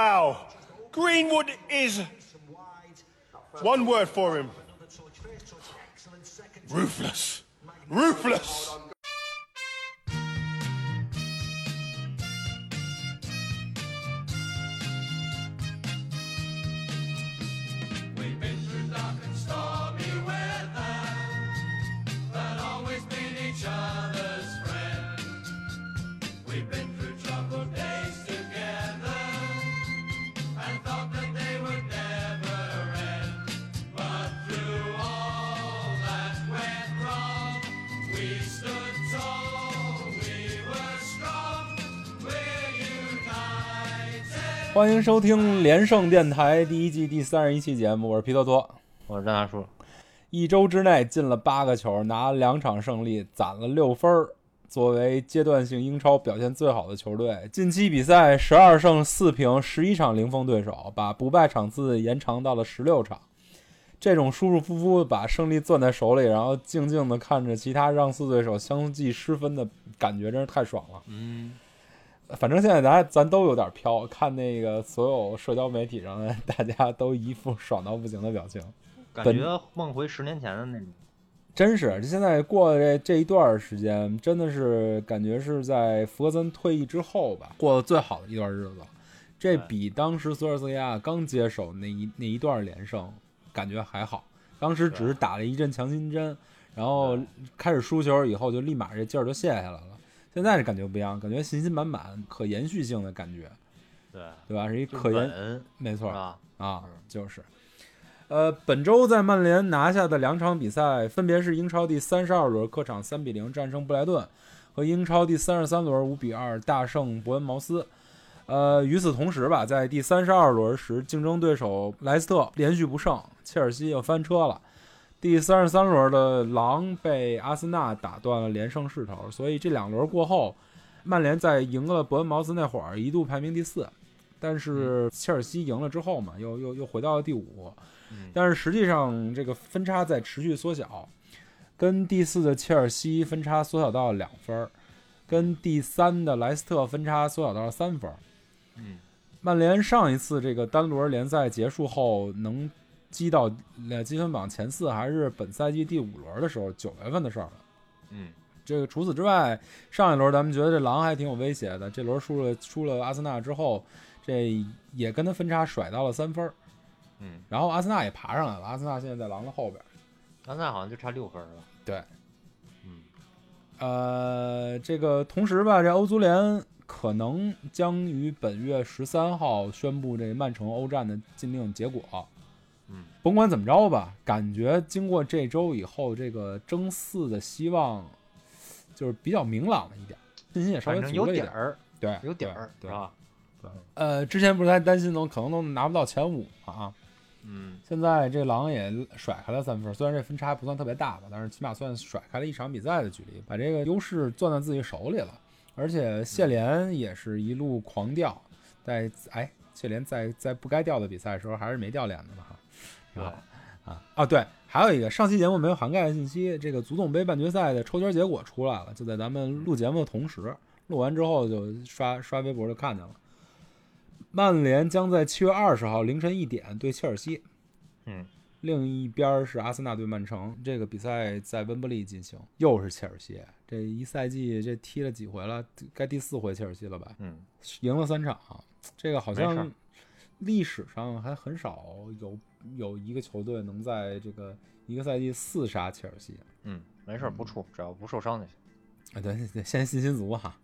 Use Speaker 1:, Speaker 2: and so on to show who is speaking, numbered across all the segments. Speaker 1: No. Greenwood is. One word for him ruthless. Ruthless.
Speaker 2: 欢迎收听连胜电台第一季第三十一期节目，我是皮特托。
Speaker 3: 我是张大叔，
Speaker 2: 一周之内进了八个球，拿了两场胜利，攒了六分儿，作为阶段性英超表现最好的球队，近期比赛十二胜四平，十一场零封对手，把不败场次延长到了十六场。这种舒舒服服地把胜利攥在手里，然后静静的看着其他让四对手相继失分的感觉，真是太爽了。
Speaker 3: 嗯，
Speaker 2: 反正现在咱咱都有点飘，看那个所有社交媒体上的大家都一副爽到不行的表情。
Speaker 3: 感
Speaker 2: 本
Speaker 3: 觉梦回十年前的那种。
Speaker 2: 真是，现在过了这这一段儿时间，真的是感觉是在弗格森退役之后吧，过得最好的一段日子。这
Speaker 3: 对
Speaker 2: 比当时索尔斯克亚刚接手那一那一段连胜，感觉还好。当时只是打了一阵强心针，然后
Speaker 3: 对
Speaker 2: 开始输球以后，就立马这劲儿就卸下来了。现在是感觉不一样，感觉信心满满，可延续性的感觉，
Speaker 3: 对，
Speaker 2: 对吧？是一
Speaker 3: 就
Speaker 2: 可延，
Speaker 3: 稳
Speaker 2: 没
Speaker 3: 是
Speaker 2: 错，
Speaker 3: 吧？
Speaker 2: 啊
Speaker 3: 嗯，
Speaker 2: 就是，呃，本周在曼联拿下的两场比赛，分别是英超第三十二轮客场三比零战胜布莱顿，和英超第三十三轮五比二大胜伯恩茅斯。呃，与此同时吧，在第三十二轮时，竞争对手莱斯特连续不胜，切尔西又翻车了。第三十三轮的狼被阿森纳打断了连胜势头，所以这两轮过后，曼联在赢了伯恩茅斯那会儿一度排名第四，但是切尔西赢了之后嘛，又又又回到了第五。
Speaker 3: 嗯，
Speaker 2: 但是实际上这个分差在持续缩小，跟第四的切尔西分差缩小到了两分儿，跟第三的莱斯特分差缩小到了三分儿。
Speaker 3: 嗯，
Speaker 2: 曼联上一次这个单轮联赛结束后能积到呃积分榜前四，还是本赛季第五轮的时候，九月份的事儿了。
Speaker 3: 嗯，
Speaker 2: 这个除此之外，上一轮咱们觉得这狼还挺有威胁的，这轮输了输了阿森纳之后，这也跟他分差甩到了三分儿，
Speaker 3: 嗯，
Speaker 2: 然后阿森纳也爬上来了，阿森纳现在在狼的后边儿。
Speaker 3: 刚才好像就差六分了。
Speaker 2: 对，
Speaker 3: 嗯，
Speaker 2: 呃，这个同时吧，这欧足联可能将于本月十三号宣布这曼城欧战的禁令结果。
Speaker 3: 嗯，
Speaker 2: 甭管怎么着吧，感觉经过这周以后，这个争四的希望就是比较明朗了一点，信心也稍微
Speaker 3: 反正
Speaker 2: 足
Speaker 3: 有
Speaker 2: 了一
Speaker 3: 底
Speaker 2: 点。
Speaker 3: 儿，
Speaker 2: 对，
Speaker 3: 有底儿，
Speaker 2: 对
Speaker 3: 是
Speaker 2: 对
Speaker 3: 吧？
Speaker 2: 呃，之前不是还担心能可能都拿不到前五嘛啊，
Speaker 3: 嗯，
Speaker 2: 现在这狼也甩开了三分，虽然这分差不算特别大吧，但是起码算甩开了一场比赛的距离，把这个优势攥在自己手里了。而且谢联也是一路狂掉，在哎，谢联在在不该掉的比赛的时候还是没掉脸的嘛，哈，挺好啊啊对，还有一个上期节目没有涵盖的信息，这个足总杯半决赛的抽签结果出来了，就在咱们录节目的同时，录完之后就刷刷微博就看见了，曼联将在七月二十号凌晨一点对切尔西。
Speaker 3: 嗯，
Speaker 2: 另一边儿是阿森纳对曼城，这个比赛在温布利进行，又是切尔西。这一赛季这踢了几回了？该第四回切尔西了吧？
Speaker 3: 嗯，
Speaker 2: 赢了三场，这个好
Speaker 3: 没
Speaker 2: 像
Speaker 3: 事
Speaker 2: 历史上还很少有有一个球队能在这个一个赛季四杀切尔西。
Speaker 3: 嗯，没事儿，不怵，只要不受伤就行。
Speaker 2: 啊，对，对先信心足哈。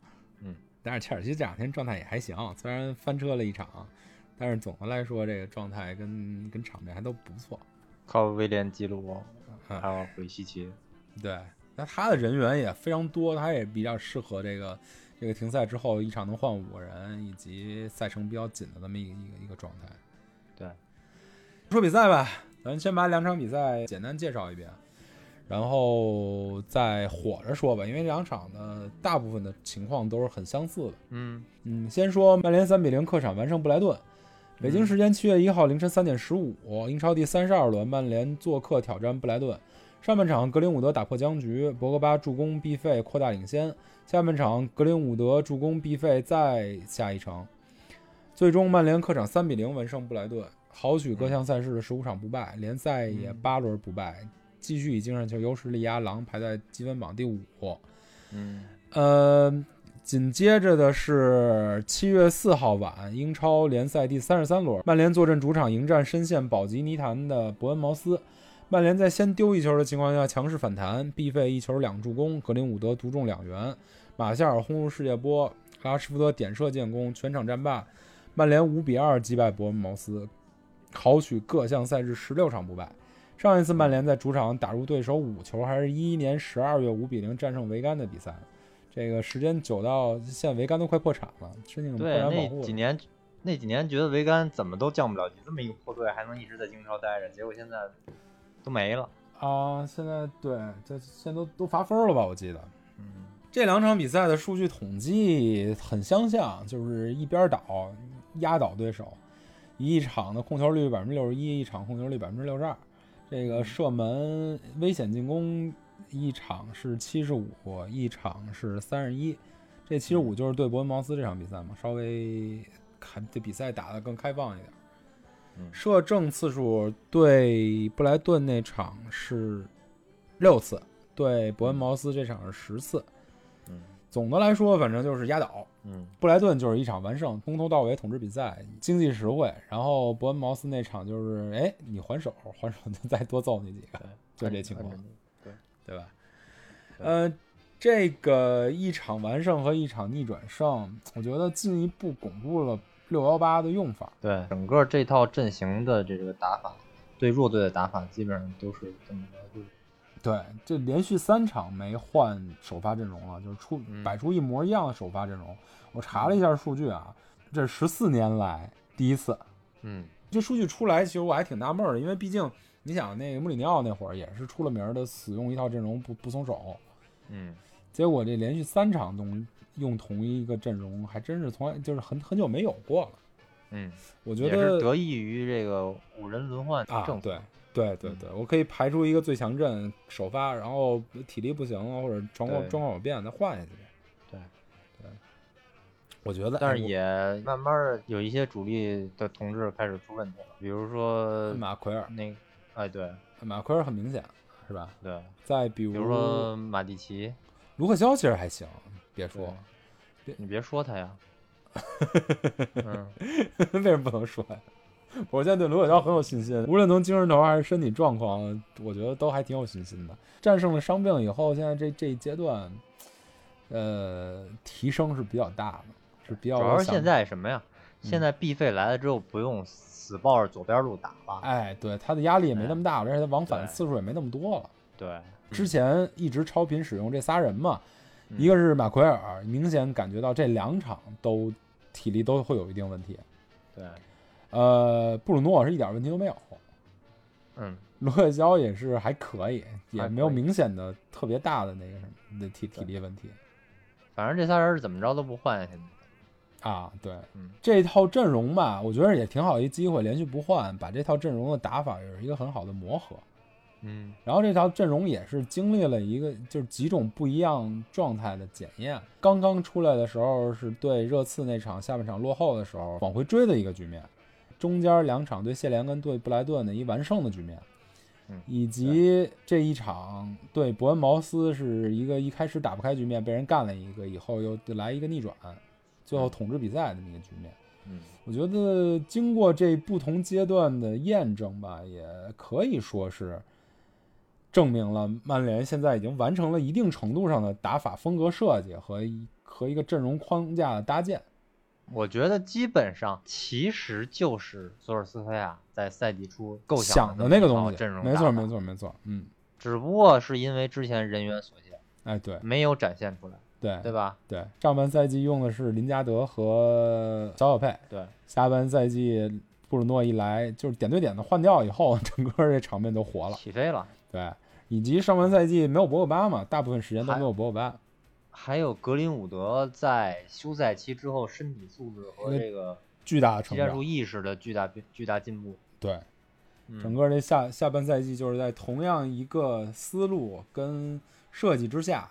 Speaker 3: 嗯，
Speaker 2: 但是切尔西这两天状态也还行，虽然翻车了一场，但是总的来说这个状态跟跟场面还都不错。
Speaker 3: 靠威廉记录，
Speaker 2: 嗯
Speaker 3: 还有鬼西奇，
Speaker 2: 对，那他的人员也非常多，他也比较适合这个这个停赛之后一场能换五个人，以及赛程比较紧的这么一个一个一个状态。
Speaker 3: 对，
Speaker 2: 说比赛吧，咱先把两场比赛简单介绍一遍，然后再火着说吧，因为两场的大部分的情况都是很相似的。
Speaker 3: 嗯，
Speaker 2: 嗯，先说曼联三比零客场完胜布莱顿。北京时间七月一号凌晨三点十五，英超第三十二轮，曼联做客挑战布莱顿。上半场格林伍德打破僵局，博格巴助攻必费扩大领先。下半场格林伍德助攻必费再下一城。最终曼联客场三比零完胜布莱顿，豪取各项赛事的十五场不败，联赛也八轮不败，继续以净胜球优势力压狼，排在积分榜第五。
Speaker 3: 嗯，
Speaker 2: 呃，紧接着的是七月四号晚，英超联赛第三十三轮，曼联坐镇主场迎战深陷保级泥潭的伯恩茅斯。曼联在先丢一球的情况下强势反弹，必费一球两助攻，格林伍德独中两元，马夏尔轰入世界波，拉什福德点射建功，全场战罢。曼联五比二击败伯恩茅斯，豪取各项赛事十六场不败。上一次曼联在主场打入对手五球，还是一一年十二月五比零战胜维甘的比赛。这个时间久到现在维甘都快破产了，申请破
Speaker 3: 对，
Speaker 2: 产嗯保护
Speaker 3: 那
Speaker 2: 了
Speaker 3: 几。年那几年觉得维甘怎么都降不了级，这么一个破队还能一直在英超待着，结果现在都没了。
Speaker 2: 啊，现在对，这现在都都罚分了吧？我记得
Speaker 3: 嗯，
Speaker 2: 这两场比赛的数据统计很相像，就是一边倒压倒对手，一场的控球率百分之六十一，一场控球率百分之六十二，这个射门危险进攻一场是七十五，一场是三十一，这七十五就是对伯恩茅斯这场比赛嘛，稍微看这比赛打得更开放一点
Speaker 3: 嗯。
Speaker 2: 射正次数对布莱顿那场是六次，对伯恩茅斯这场是十次。
Speaker 3: 嗯，
Speaker 2: 总的来说，反正就是压倒
Speaker 3: 嗯，
Speaker 2: 布莱顿，就是一场完胜，从头到尾统治比赛，经济实惠。然后伯恩茅斯那场就是，哎，你还手，还手就再多揍你几个，就这情况
Speaker 3: 反，正
Speaker 2: 对吧？
Speaker 3: 对
Speaker 2: 呃，这个一场完胜和一场逆转胜，我觉得进一步巩固了六幺八的用法。
Speaker 3: 对，整个这套阵型的这个打法，对弱队的打法基本上都是这么着就是
Speaker 2: 对，这连续三场没换首发阵容了，就是出
Speaker 3: 嗯
Speaker 2: 摆出一模一样的首发阵容。我查了一下数据啊，这十四年来第一次。
Speaker 3: 嗯
Speaker 2: 这数据出来，其实我还挺纳闷儿的，因为毕竟你想，那个穆里尼奥那会儿也是出了名儿的死用一套阵容不不松手，
Speaker 3: 嗯，
Speaker 2: 结果这连续三场用用同一个阵容，还真是从来就是很很久没有过了。
Speaker 3: 嗯，
Speaker 2: 我觉
Speaker 3: 也是
Speaker 2: 得
Speaker 3: 得益于这个五人轮换
Speaker 2: 啊
Speaker 3: 政，策。嗯
Speaker 2: 对对对对，我可以排出一个最强阵首发，然后体力不行了或者状况
Speaker 3: 对
Speaker 2: 状况有变，再换下去呗。
Speaker 3: 对
Speaker 2: 对，我觉得，
Speaker 3: 但是
Speaker 2: 哎
Speaker 3: 也慢慢儿有一些主力的同志开始出问题了，比如
Speaker 2: 我
Speaker 3: 说
Speaker 2: 马奎尔，
Speaker 3: 那，哎对
Speaker 2: 马奎尔很明显是吧？
Speaker 3: 对，
Speaker 2: 再比
Speaker 3: 比
Speaker 2: 如
Speaker 3: 如说马蒂奇，
Speaker 2: 卢克肖，其实还行，别说
Speaker 3: 对你别说他呀，嗯，
Speaker 2: 为什么不能说呀？我现在对卢克肖很有信心，无论从精神头还是身体状况，我觉得都还挺有信心的。战胜了伤病以后，现在这这一阶段，呃，提升是比较大的，是比较
Speaker 3: 主
Speaker 2: 有
Speaker 3: 要是
Speaker 2: 想嗯
Speaker 3: 现，在什么呀？现在 B 费来了之后，不用死抱着左边路打了，
Speaker 2: 哎，对他的压力也没那么大了，而且他往返
Speaker 3: 啊哎对嗯
Speaker 2: 次数也没那么多了。
Speaker 3: 对，
Speaker 2: 之前一直超频使用这仨人嘛，
Speaker 3: 嗯
Speaker 2: 一个是马奎尔，明显感觉到这两场都体力都会有一定问题。
Speaker 3: 对，
Speaker 2: 呃，布鲁诺是一点问题都没有，
Speaker 3: 嗯，
Speaker 2: 罗克肖也是还可以，也
Speaker 3: 还
Speaker 2: 没有
Speaker 3: 可以
Speaker 2: 明显的特别大的那个什么的体体
Speaker 3: 对
Speaker 2: 力问题
Speaker 3: 反正这仨人是怎么着都不换，现在，
Speaker 2: 啊。对，
Speaker 3: 嗯
Speaker 2: 这套阵容吧，我觉得也挺好一机会，连续不换，把这套阵容的打法有一个很好的磨合。
Speaker 3: 嗯
Speaker 2: 然后这套阵容也是经历了一个就是几种不一样状态的检验。刚刚出来的时候是对热刺那场下半场落后的时候往回追的一个局面，中间两场对谢联跟对布莱顿的一完胜的局面
Speaker 3: 嗯，
Speaker 2: 以及这一场对伯恩茅斯是一个一开始打不开局面，被人干了一个以后又来一个逆转，最后统治比赛的那个局面。
Speaker 3: 嗯，
Speaker 2: 我觉得经过这不同阶段的验证吧，也可以说是证明了曼联现在已经完成了一定程度上的打法风格设计和一和一个阵容框架的搭建。
Speaker 3: 我觉得基本上其实就是索尔斯克亚在赛季初构
Speaker 2: 想
Speaker 3: 的
Speaker 2: 的那
Speaker 3: 么
Speaker 2: 个
Speaker 3: 一套
Speaker 2: 东西
Speaker 3: 阵，容，
Speaker 2: 没错没，错没错，嗯，
Speaker 3: 只不过是因为之前人员所限
Speaker 2: 哎对
Speaker 3: 没有展现出来，
Speaker 2: 对
Speaker 3: 对吧？
Speaker 2: 对，上半赛季用的是林加德和小小佩，
Speaker 3: 对，
Speaker 2: 下半赛季布鲁诺一来就是点对点的换掉以后， 整个这场面都活了。
Speaker 3: 起飞了。
Speaker 2: 对，以及上半赛季没有博格巴嘛，大部分时间都
Speaker 3: 还
Speaker 2: 没有博格巴。
Speaker 3: 还有格林伍德在休赛期之后身体素质和这个
Speaker 2: 巨大的
Speaker 3: 技
Speaker 2: 成
Speaker 3: 战术
Speaker 2: 长。
Speaker 3: 意识的巨大巨大进步，
Speaker 2: 对，整
Speaker 3: 嗯，
Speaker 2: 个这下下半赛季就是在同样一个思路跟设计之下，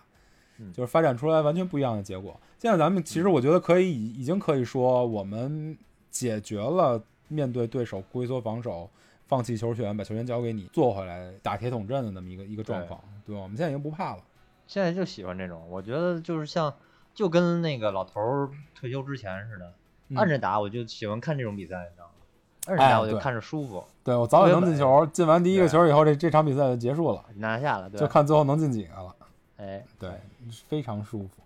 Speaker 3: 嗯
Speaker 2: 就是发展出来完全不一样的结果。现在咱们其实我觉得可以已已经可以说，我们解决了面对对手龟缩防守、放弃球权、把球权交给你、做回来打铁桶阵的那么一个一个状
Speaker 3: 对
Speaker 2: 况，对吧？我们现在已经不怕了，
Speaker 3: 现在就喜欢这种，我觉得就是像就跟那个老头儿退休之前似的，
Speaker 2: 嗯
Speaker 3: 按着打，我就喜欢看这种比赛，你知道吗？按着打
Speaker 2: 哎
Speaker 3: 我就
Speaker 2: 对
Speaker 3: 看着舒服，
Speaker 2: 对我早点能
Speaker 3: 对
Speaker 2: 进球，进完第一个
Speaker 3: 对
Speaker 2: 球以后，这这场比赛就结束了，
Speaker 3: 拿下了，对
Speaker 2: 就
Speaker 3: 吧，
Speaker 2: 看最后能进几个了。
Speaker 3: 哎，
Speaker 2: 对，非常舒服，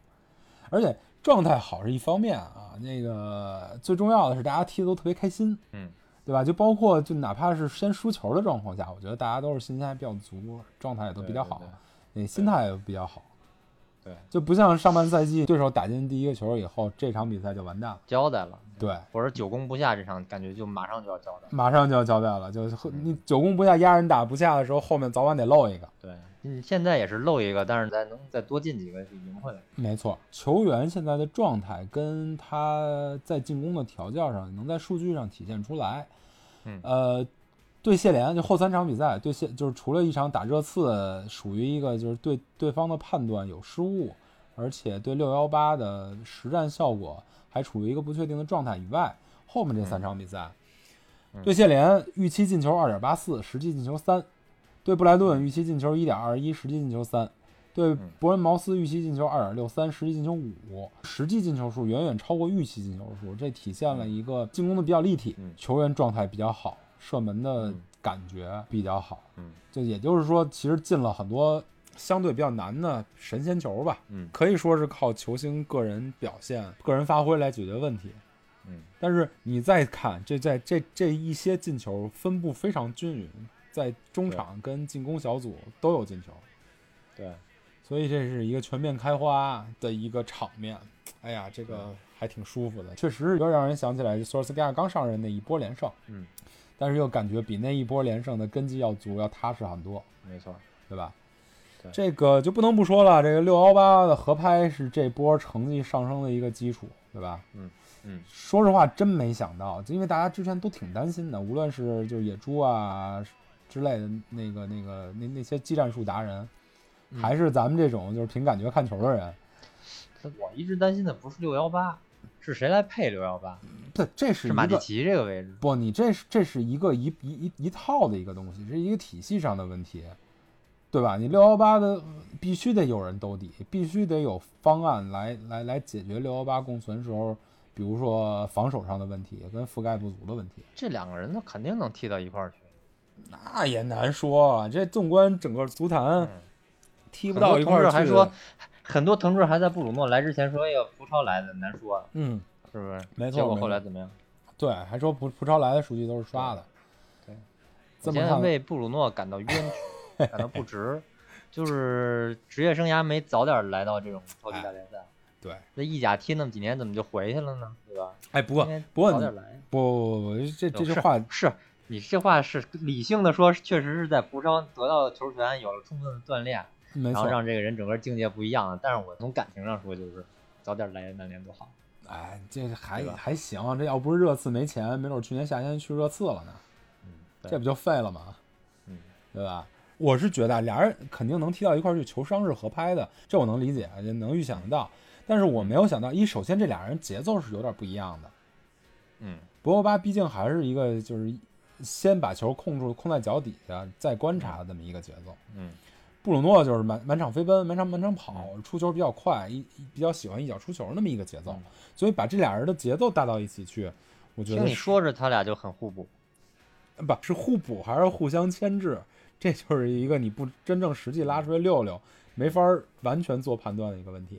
Speaker 2: 而且状态好是一方面啊，那个最重要的是大家踢得都特别开心，
Speaker 3: 嗯，
Speaker 2: 对吧？就包括就哪怕是先输球的状况下，我觉得大家都是信心还比较足，状态也都比较好，也心态也比较好，
Speaker 3: 对对
Speaker 2: 就不像上半赛季对手打进第一个球以后，这场比赛就完蛋了，
Speaker 3: 交代了，
Speaker 2: 对，
Speaker 3: 或者久攻不下这场，感觉就马上就要交代，
Speaker 2: 马上就要交代了，就是和你久攻不下压人打不下的时候，后面早晚得漏一个。
Speaker 3: 对，嗯，现在也是漏一个，但是咱能再多进几个就赢回来，
Speaker 2: 没错，球员现在的状态跟他在进攻的调教上，能在数据上体现出来。
Speaker 3: 嗯
Speaker 2: 呃，对谢联就后三场比赛，对谢就是除了一场打热刺，属于一个就是对对方的判断有失误，而且对六幺八的实战效果还处于一个不确定的状态以外，后面这三场比赛，
Speaker 3: 嗯
Speaker 2: 对谢联预期进球二点八四，实际进球三；对布莱顿预期进球一点二一，实际进球三。对
Speaker 3: 嗯
Speaker 2: 伯恩茅斯预期进球二点六三，实际进球五，实际进球数远远超过预期进球数，这体现了一个进攻的比较立体，
Speaker 3: 嗯
Speaker 2: 球员状态比较好，射门的
Speaker 3: 嗯
Speaker 2: 感觉比较好。
Speaker 3: 嗯，
Speaker 2: 就也就是说，其实进了很多相对比较难的神仙球吧，
Speaker 3: 嗯
Speaker 2: 可以说是靠球星个人表现、个人发挥来解决问题。
Speaker 3: 嗯，
Speaker 2: 但是你再看这在这这一些进球分布非常均匀，在中场跟进攻小组都有进球。
Speaker 3: 对，
Speaker 2: 所以这是一个全面开花的一个场面。哎呀，这个还挺舒服的，确实有点让人想起来索尔斯盖亚刚上任那一波连胜，
Speaker 3: 嗯，
Speaker 2: 但是又感觉比那一波连胜的根基要足，要踏实很多，
Speaker 3: 没错，
Speaker 2: 对吧？
Speaker 3: 对
Speaker 2: 这个就不能不说了，这个六幺八的合拍是这波成绩上升的一个基础，对吧？
Speaker 3: 嗯嗯
Speaker 2: 说实话，真没想到，就因为大家之前都挺担心的，无论是就是野猪啊之类的那个那个那那些技战术达人，
Speaker 3: 嗯
Speaker 2: 还是咱们这种就是凭感觉看球的人，
Speaker 3: 我一直担心的不是六幺八，是谁来配六幺八？
Speaker 2: 不，这是
Speaker 3: 是
Speaker 2: 一
Speaker 3: 马蒂
Speaker 2: 个
Speaker 3: 奇这个位置，
Speaker 2: 不，你这是这是一个一一一一套的一个东西，这是一个体系上的问题，对吧？你六幺八的必须得有人兜底，必须得有方案来来来解决六幺八共存时候，比如说防守上的问题跟覆盖不足的问题。
Speaker 3: 这两个人他肯定能踢到一块儿去，
Speaker 2: 那也难说啊，这纵观整个足
Speaker 3: 嗯
Speaker 2: 坛，踢不到一块儿去。
Speaker 3: 还说，很多同志还在布鲁诺来之前说，哎呀，葡超来的难说啊，
Speaker 2: 嗯，
Speaker 3: 是不是？
Speaker 2: 没错
Speaker 3: 结果
Speaker 2: 没
Speaker 3: 后来
Speaker 2: 错
Speaker 3: 怎么样？
Speaker 2: 对，还说葡葡超来的数据都是刷的。
Speaker 3: 对对，
Speaker 2: 这么
Speaker 3: 我现在
Speaker 2: 看，
Speaker 3: 为布鲁诺感到冤屈， 感到不值，就是职业生涯没早点来到这种超级大联赛，
Speaker 2: 哎对，
Speaker 3: 那意甲踢那么几年，怎么就回去了呢？对吧？
Speaker 2: 哎，不过
Speaker 3: 应该
Speaker 2: 不过
Speaker 3: 早
Speaker 2: 你
Speaker 3: 点来。
Speaker 2: 不不不，这这句
Speaker 3: 是
Speaker 2: 话
Speaker 3: 是你这话是理性的说，确实是在葡超得到球权有了充分的锻炼，
Speaker 2: 没
Speaker 3: 然
Speaker 2: 错
Speaker 3: 后。让这个人整个境界不一样了。但是我从感情上说，就是早点来曼联多好。
Speaker 2: 哎，这还
Speaker 3: 对吧
Speaker 2: 还行，这要不是热刺没钱，没准去年夏天去热刺了呢，
Speaker 3: 嗯，
Speaker 2: 这
Speaker 3: 对
Speaker 2: 不就废了吗？
Speaker 3: 嗯，
Speaker 2: 对吧？我是觉得啊俩人肯定能踢到一块儿去，球商是合拍的，这我能理解，也能预想得到。但是我没有想到，一首先这俩人节奏是有点不一样的。
Speaker 3: 嗯，
Speaker 2: 博格巴毕竟还是一个就是先把球控住，控在脚底下，再观察的这么一个节奏。
Speaker 3: 嗯，
Speaker 2: 布鲁诺就是满满场飞奔，满场满场跑，出球比较快，一一比较喜欢一脚出球那么一个节奏，
Speaker 3: 嗯
Speaker 2: 所以把这俩人的节奏带到一起去，我觉
Speaker 3: 听
Speaker 2: 得
Speaker 3: 你
Speaker 2: 是
Speaker 3: 说着他俩就很互补。
Speaker 2: 不是互补还是互相牵制，这就是一个你不真正实际拉出来溜溜，没法儿完全做判断的一个问题。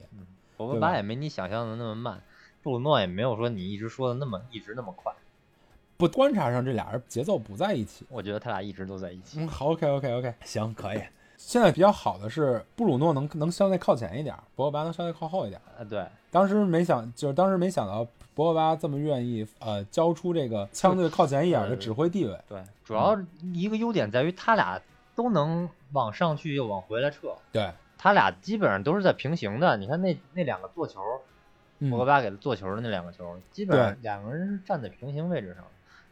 Speaker 3: 博格
Speaker 2: 对吧
Speaker 3: 巴也没你想象的那么慢，布鲁诺也没有说你一直说的那么一直那么快。
Speaker 2: 不观察上这俩人节奏不在一起，
Speaker 3: 我觉得他俩一直都在一起。
Speaker 2: 嗯，好，OK OK OK，行，可以。现在比较好的是布鲁诺能能相对靠前一点儿，博格巴能相对靠后一点儿。
Speaker 3: 啊，对，
Speaker 2: 当时没想，就是当时没想到博格巴这么愿意，呃，交出这个相对靠前一点儿的指挥地位。
Speaker 3: 对，主要一个优点在于他俩都能往上去又往回来撤，
Speaker 2: 对，
Speaker 3: 他俩基本上都是在平行的。你看那那两个做球，博
Speaker 2: 嗯，
Speaker 3: 格巴给他做球的那两个球，基本上两个人是站在平行位置上。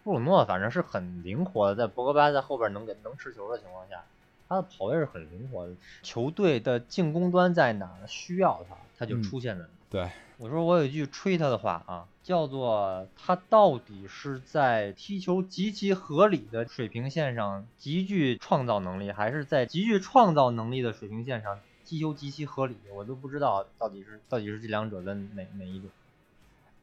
Speaker 3: 布鲁诺反正是很灵活的，在博格巴在后边能给能持球的情况下，他的跑位是很灵活的。球队的进攻端在哪儿需要他，他就
Speaker 2: 嗯
Speaker 3: 出现在哪儿。
Speaker 2: 对，
Speaker 3: 我说我有一句吹他的话啊，叫做他到底是在踢球极其合理的水平线上极具创造能力，还是在极具创造能力的水平线上踢球极其合理？我都不知道到底是到底是这两者的哪哪一种。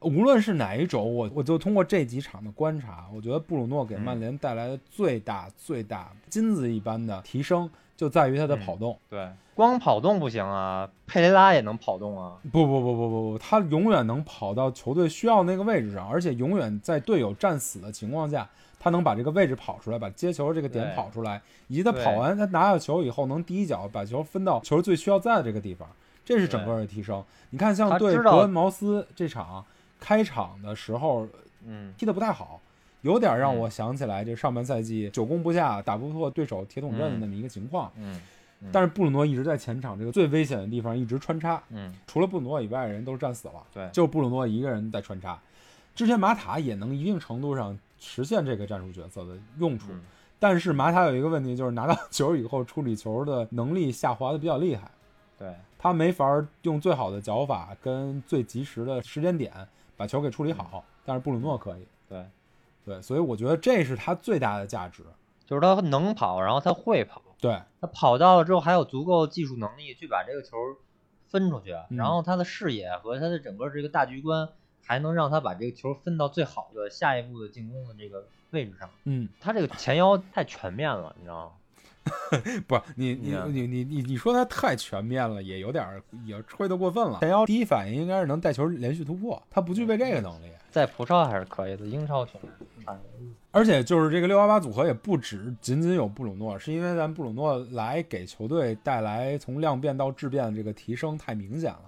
Speaker 2: 无论是哪一种，我我就通过这几场的观察，我觉得布鲁诺给
Speaker 3: 嗯
Speaker 2: 曼联带来的最大最大金子一般的提升，就在于他的跑动。
Speaker 3: 对，光跑动不行啊，佩雷拉也能跑动啊。
Speaker 2: 不不不不不不，他永远能跑到球队需要那个位置上，而且永远在队友战死的情况下，他能把这个位置跑出来，把接球这个点
Speaker 3: 对
Speaker 2: 跑出来，以及他
Speaker 3: 嗯对
Speaker 2: 跑完他拿到球以后，能第一脚把球分到球最需要在的这个地方，这是整个的提升。你看，像
Speaker 3: 他
Speaker 2: 对
Speaker 3: 知
Speaker 2: 伯
Speaker 3: 道
Speaker 2: 恩茅斯这场开场的时候，
Speaker 3: 嗯，
Speaker 2: 踢得不太好，有点让我想起来这上半赛季久攻不下、打不破对手铁桶阵的那么一个情况。
Speaker 3: 嗯嗯
Speaker 2: 但是布鲁诺一直在前场这个最危险的地方一直穿插，
Speaker 3: 嗯，
Speaker 2: 除了布鲁诺以外的人都是战死了，
Speaker 3: 对，
Speaker 2: 就布鲁诺一个人在穿插。之前马塔也能一定程度上实现这个战术角色的用处，
Speaker 3: 嗯
Speaker 2: 但是马塔有一个问题就是拿到球以后处理球的能力下滑的比较厉害。
Speaker 3: 对，
Speaker 2: 他没法儿用最好的脚法跟最及时的时间点把球给处理好，但是布鲁诺可以。
Speaker 3: 对，
Speaker 2: 对，所以我觉得这是他最大的价值。
Speaker 3: 就是他能跑，然后他会跑，
Speaker 2: 对，
Speaker 3: 他跑到了之后还有足够技术能力去把这个球分出去，啊
Speaker 2: 嗯
Speaker 3: 然后他的视野和他的整个这个大局观还能让他把这个球分到最好的下一步的进攻的这个位置上。
Speaker 2: 嗯，
Speaker 3: 他这个前腰太全面了，你知道吗？
Speaker 2: 不是你你
Speaker 3: 嗯
Speaker 2: 你你你你说他太全面了，也有点儿也吹得过分了。前腰第一反应应该是能带球连续突破，他不具备这个能力。
Speaker 3: 在葡超还是可以的，英超挺看着
Speaker 2: 而且就是这个六幺八组合也不只仅仅有布鲁诺，是因为咱布鲁诺来给球队带来从量变到质变的这个提升太明显了。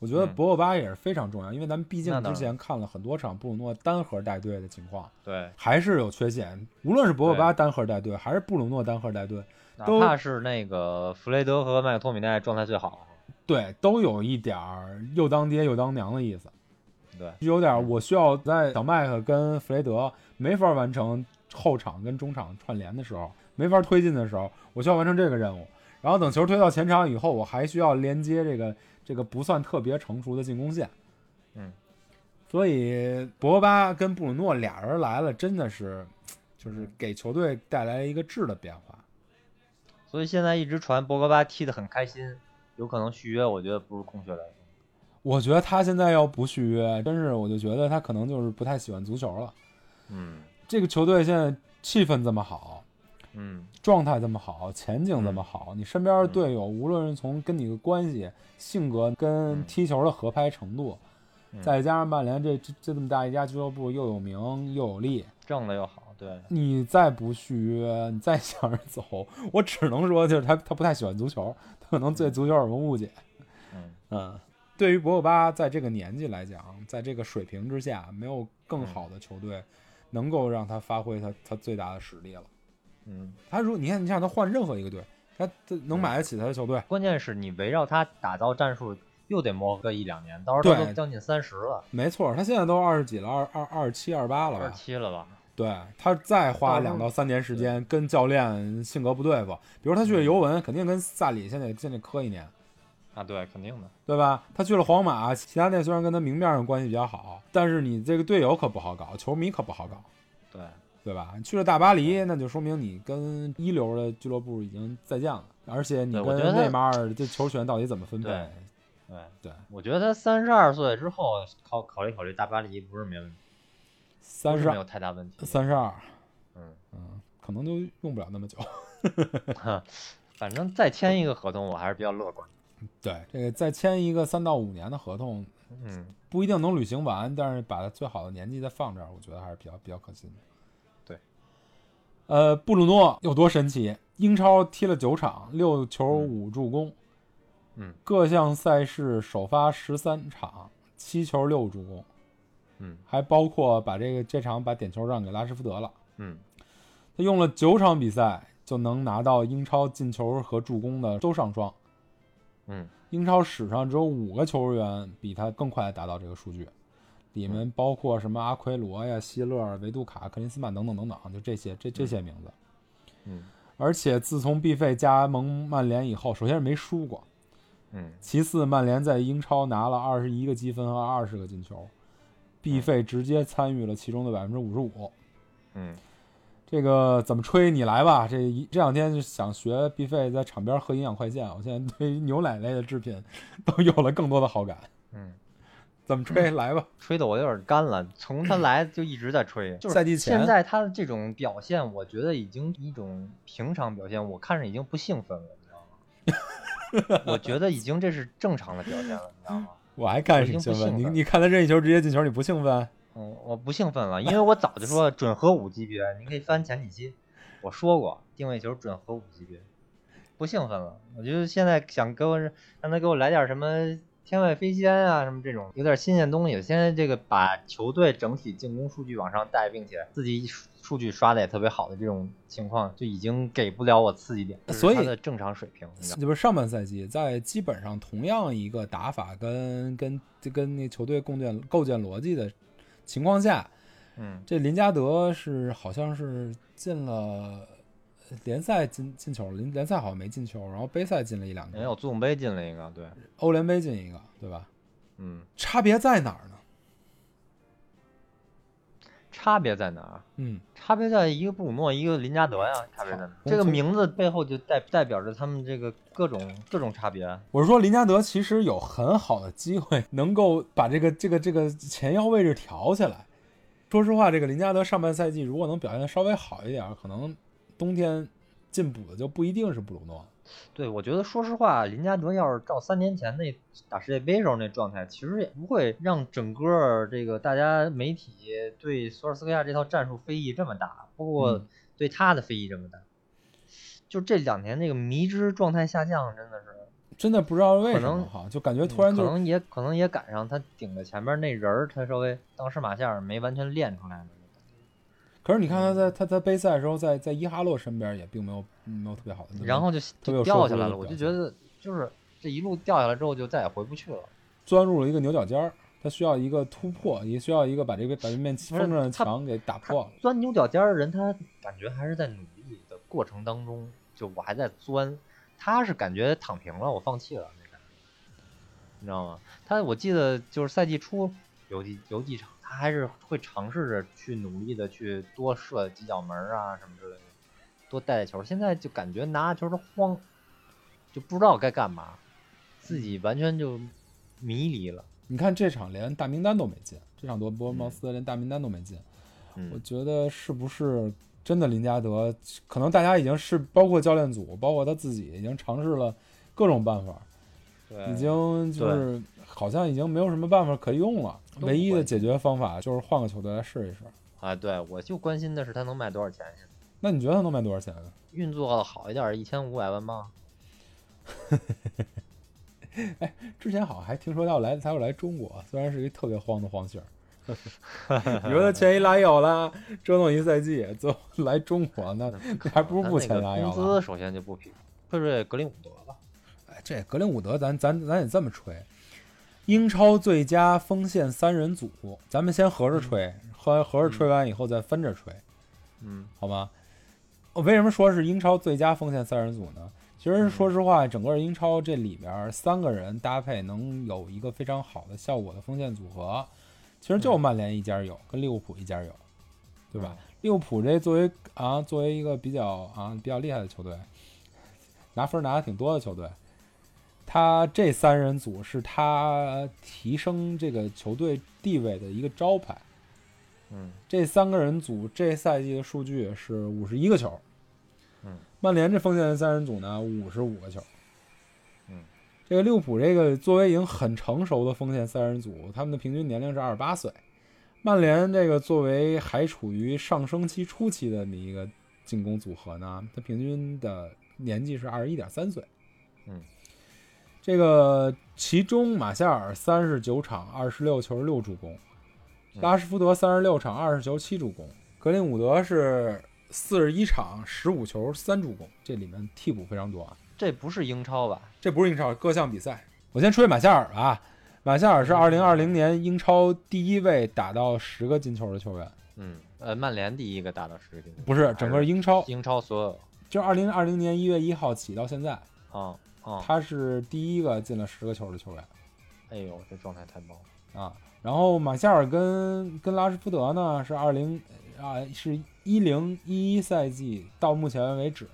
Speaker 2: 我觉得
Speaker 3: 嗯
Speaker 2: 博洛巴也是非常重要，因为咱们毕竟
Speaker 3: 那当
Speaker 2: 之
Speaker 3: 然
Speaker 2: 前看了很多场布鲁诺单核带队的情况，
Speaker 3: 对，
Speaker 2: 还是有缺陷。无论是博洛巴
Speaker 3: 对
Speaker 2: 单核带队，还是布鲁诺单核带队，
Speaker 3: 哪
Speaker 2: 都
Speaker 3: 怕是那个弗雷德和麦克托米奈状态最好，
Speaker 2: 对，都有一点儿又当爹又当娘的意思，
Speaker 3: 对
Speaker 2: 有点儿我需要在小麦克跟弗雷德没法完成后场跟中场串联的时候，没法推进的时候，我需要完成这个任务。然后等球推到前场以后，我还需要连接这个这个不算特别成熟的进攻线。
Speaker 3: 嗯，
Speaker 2: 所以博巴跟布鲁诺俩人来了，真的是就是给球队带来一个质的变化。
Speaker 3: 所以现在一直传博格巴踢得很开心，有可能续约，我觉得不是空穴来风。
Speaker 2: 我觉得他现在要不续约，真是我就觉得他可能就是不太喜欢足球了。
Speaker 3: 嗯
Speaker 2: 这个球队现在气氛这么好，
Speaker 3: 嗯，
Speaker 2: 状态这么好，前景这么好，你身边的队友无论是从跟你的关系、性格跟
Speaker 3: 嗯
Speaker 2: 踢球的合拍程度，
Speaker 3: 嗯
Speaker 2: 再加上曼联这这这么大一家俱乐部又有名又有力，
Speaker 3: 挣的又好，对，
Speaker 2: 你再不续约，你再想着走，我只能说就是他他不太喜欢足球，他可能对足球有什么误解。
Speaker 3: 嗯
Speaker 2: 嗯，对于博格巴在这个年纪来讲，在这个水平之下，没有更
Speaker 3: 嗯
Speaker 2: 好的球队能够让他发挥他他最大的实力了。
Speaker 3: 嗯，
Speaker 2: 他如你看，你像他换任何一个队，他他能买得起他的球队，
Speaker 3: 关键是你围绕他打造战术又得磨合个一两年，到时候他
Speaker 2: 对
Speaker 3: 都将近三十了，
Speaker 2: 没错，他现在都二十几了，二二二十七、二八了
Speaker 3: 二
Speaker 2: 吧
Speaker 3: 十？七哦了吧？
Speaker 2: 对他再花
Speaker 3: 到时候
Speaker 2: 两到三年时间跟教练性格不对付，比如他去了尤
Speaker 3: 嗯
Speaker 2: 文，肯定跟萨里现在现在磕一年，
Speaker 3: 啊，对，肯定的，
Speaker 2: 对吧？他去了皇马，齐达内虽然跟他明面上关系比较好，但是你这个队友可不好搞，球迷可不好搞。
Speaker 3: 对，
Speaker 2: 对吧？你去了大巴黎，那就说明你跟一流的俱乐部已经再见了，而且你
Speaker 3: 对我觉
Speaker 2: 跟
Speaker 3: 得他
Speaker 2: 内马尔这球权到底怎么分配？
Speaker 3: 对对，
Speaker 2: 对，
Speaker 3: 我觉得他三十二岁之后考考虑考虑大巴黎不是没问题，
Speaker 2: 三
Speaker 3: 不是
Speaker 2: 十
Speaker 3: 没
Speaker 2: 二
Speaker 3: 有，太大问题，
Speaker 2: 三十二，
Speaker 3: 嗯，
Speaker 2: 嗯，可能都用不了那 么久。
Speaker 3: 反正再签一个合同我还是比较乐观的，
Speaker 2: 对，这个再签一个三到五年的合同，
Speaker 3: 嗯，
Speaker 2: 不一定能履行完，但是把他最好的年纪再放这儿，我觉得还是比较比较可惜的。
Speaker 3: 对，
Speaker 2: 呃，布鲁诺有多神奇？英超踢了九场，六球五助攻，
Speaker 3: 嗯，
Speaker 2: 各项赛事首发十三场，七球六助攻，
Speaker 3: 嗯
Speaker 2: 还包括把这个这场把点球让给拉什福德了。
Speaker 3: 嗯
Speaker 2: 他用了九场比赛就能拿到英超进球和助攻的周上双，
Speaker 3: 嗯
Speaker 2: 英超史上只有五个球员比他更快地达到这个数据，里面包括什么阿奎罗呀、希勒、维杜卡、克林斯曼等等等等，就这些这这些名字。
Speaker 3: 嗯
Speaker 2: 而且自从毕费加盟曼联以后，首先是没输过，
Speaker 3: 嗯，
Speaker 2: 其次，曼联在英超拿了二十一个积分和二十个进球，毕费直接参与了其中的百分之五十五。
Speaker 3: 嗯，
Speaker 2: 这个怎么吹你来吧？这一这两天就想学毕费在场边喝营养快线，我现在对牛奶类的制品都有了更多的好感。
Speaker 3: 嗯，
Speaker 2: 怎么吹来吧？
Speaker 3: 吹的我有点干了。从他来就一直在吹，就是
Speaker 2: 赛季前
Speaker 3: 现在他的这种表现，我觉得已经一种平常表现，我看着已经不兴奋了，你知道吗？我 觉得已经这是正常的表现了，你知道吗？
Speaker 2: 我还看
Speaker 3: 我已
Speaker 2: 挺兴
Speaker 3: 经
Speaker 2: 奋。
Speaker 3: 不兴
Speaker 2: 你
Speaker 3: 奋
Speaker 2: 你看他任意球直接进球，你不兴奋？
Speaker 3: 嗯，我不兴奋了，因为我早就说了准核武级别，你可以翻前几期，我说过定位球准核武级别，不兴奋了。我觉得现在想给我让他给我来点什么天外飞仙啊，什么这种有点新鲜东西。现在这个把球队整体进攻数据往上带，并且自己数数据刷的也特别好的这种情况，就已经给不了我刺激点，这是
Speaker 2: 呃所以
Speaker 3: 他的正常水平。你知道吗
Speaker 2: 就是上半赛季，在基本上同样一个打法跟跟跟那球队构建构建逻辑的情况下，
Speaker 3: 嗯
Speaker 2: 这林加德是好像是进了呃联赛进进球了，联联赛好像没进球，然后杯赛进了一两
Speaker 3: 没
Speaker 2: 个，
Speaker 3: 有足总杯进了一个，对，
Speaker 2: 欧联杯进一个，对吧？
Speaker 3: 嗯，
Speaker 2: 差别在哪儿呢？
Speaker 3: 差别在哪儿？
Speaker 2: 嗯，
Speaker 3: 差别在一个布鲁诺，一个林加德呀，差别在哪？
Speaker 2: 公
Speaker 3: 这个
Speaker 2: 孙
Speaker 3: 名字背后就代代表着他们这个各种各种差别。啊
Speaker 2: 我是说林加德其实有很好的机会能够把这个这个这个前腰位置调起来。说实话，这个林加德上半赛季如果能表现的稍微好一点儿，可能冬天进补的就不一定是布鲁诺。
Speaker 3: 对，我觉得说实话，林加德要是照三年前那打世界杯时候那状态，其实也不会让整个这个大家媒体对索尔斯克亚这套战术非议这么大，包括
Speaker 2: 嗯
Speaker 3: 对他的非议这么大。就这两年这个迷之状态下降，真的是
Speaker 2: 真的不知道为什
Speaker 3: 可能
Speaker 2: 么哈，就感觉突然
Speaker 3: 可
Speaker 2: 就
Speaker 3: 能也可能也赶上他顶着前面那人儿，他稍微当时马夏尔没完全练出来呢。
Speaker 2: 可是你看他在他在杯赛的时候在，在伊哈洛身边也并没有没有特别好的，
Speaker 3: 然后就
Speaker 2: 别嗯有说
Speaker 3: 就掉
Speaker 2: 服
Speaker 3: 下来
Speaker 2: 力
Speaker 3: 了。我
Speaker 2: 表
Speaker 3: 就觉
Speaker 2: 现
Speaker 3: 得就是这一路掉下来之后，就再也回不去了。
Speaker 2: 钻入了一个牛角尖儿，他需要一个突破，也需要一个把这个把这面
Speaker 3: 是
Speaker 2: 风筝的
Speaker 3: 他
Speaker 2: 墙给打
Speaker 3: 他
Speaker 2: 破了。
Speaker 3: 钻牛角尖儿的人，他感觉还是在努力的过程当中，就我还在钻，他是感觉躺平了，我放弃了那感觉，你知道吗？他我记得就是赛季初有几有几场，他还是会尝试着去努力的去多射几脚门儿啊什么之类的，多带带球。现在就感觉拿球都慌，就不知道该干嘛，自己完全就迷离了。
Speaker 2: 你看这场连大名单都没进，这场夺博尔茅斯连大名单都没进，
Speaker 3: 嗯
Speaker 2: 我觉得是不是真的林加德？可能大家已经是包括教练组，包括他自己已经尝试了各种办法，
Speaker 3: 哎
Speaker 2: 已经就是好像已经没有什么办法可用了。
Speaker 3: 都不
Speaker 2: 唯一的
Speaker 3: 关
Speaker 2: 解决方法就是换个球队来试一试。
Speaker 3: 啊，对我就关心的是他能卖多少钱。现在
Speaker 2: 那你觉得他能卖多少钱啊？
Speaker 3: 运作的好一点，一千五百万镑。
Speaker 2: 之前好像还听说要来，他要来中国，虽然是一特别慌的慌信儿。 你说他前一拉药啦，折腾一赛季，最后来中国那那还不如不前
Speaker 3: 他
Speaker 2: 拉
Speaker 3: 那个
Speaker 2: 药
Speaker 3: 工
Speaker 2: 了。
Speaker 3: 资首先就不匹配，瑞格林伍德吧。
Speaker 2: 哎，这格林伍德，咱咱咱也这么吹，英超最佳锋线三人组，咱们先合着吹，合合着吹完以后再分着吹，
Speaker 3: 嗯
Speaker 2: 好吗？我为什么说是英超最佳锋线三人组呢？其实说实话，整个英超这里边儿三个人搭配能有一个非常好的效果的锋线组合，其实就曼联一家有，跟利物浦一家有，对吧？利物浦这作为啊作为一个比较啊比较厉害的球队，拿分儿拿的挺多的球队，他这三人组是他提升这个球队地位的一个招牌。
Speaker 3: 嗯
Speaker 2: 这三个人组这赛季的数据是五十一个球，
Speaker 3: 嗯，
Speaker 2: 曼联这锋线三人组呢五十五个球，
Speaker 3: 嗯，
Speaker 2: 这个利物浦这个作为已经很成熟的锋线三人组，他们的平均年龄是二十八岁，曼联这个作为还处于上升期初期的那一个进攻组合呢，它平均的年纪是二十一点三岁，
Speaker 3: 嗯，
Speaker 2: 这个其中马夏尔三十九场二十六球六助攻。拉什福德三十六场二十球七助攻，格林伍德是四十一场十五球三助攻，这里面替补非常多啊。
Speaker 3: 这不是英超吧？
Speaker 2: 这不是英超各项比赛，我先吹马夏尔吧。马夏尔是二零二零年英超第一位打到十个进球的球员，
Speaker 3: 嗯，呃，曼联第一个达到十个进球，
Speaker 2: 不是整个英超，
Speaker 3: 英超所有
Speaker 2: 就二零二零年一月一号起到现在，
Speaker 3: 啊、啊、
Speaker 2: 他是第一个进了十个球的球员
Speaker 3: 哎呦，这状态太棒了！
Speaker 2: 啊。然后马夏尔跟跟拉什福德呢是二零啊是一零一一赛季到目前为止，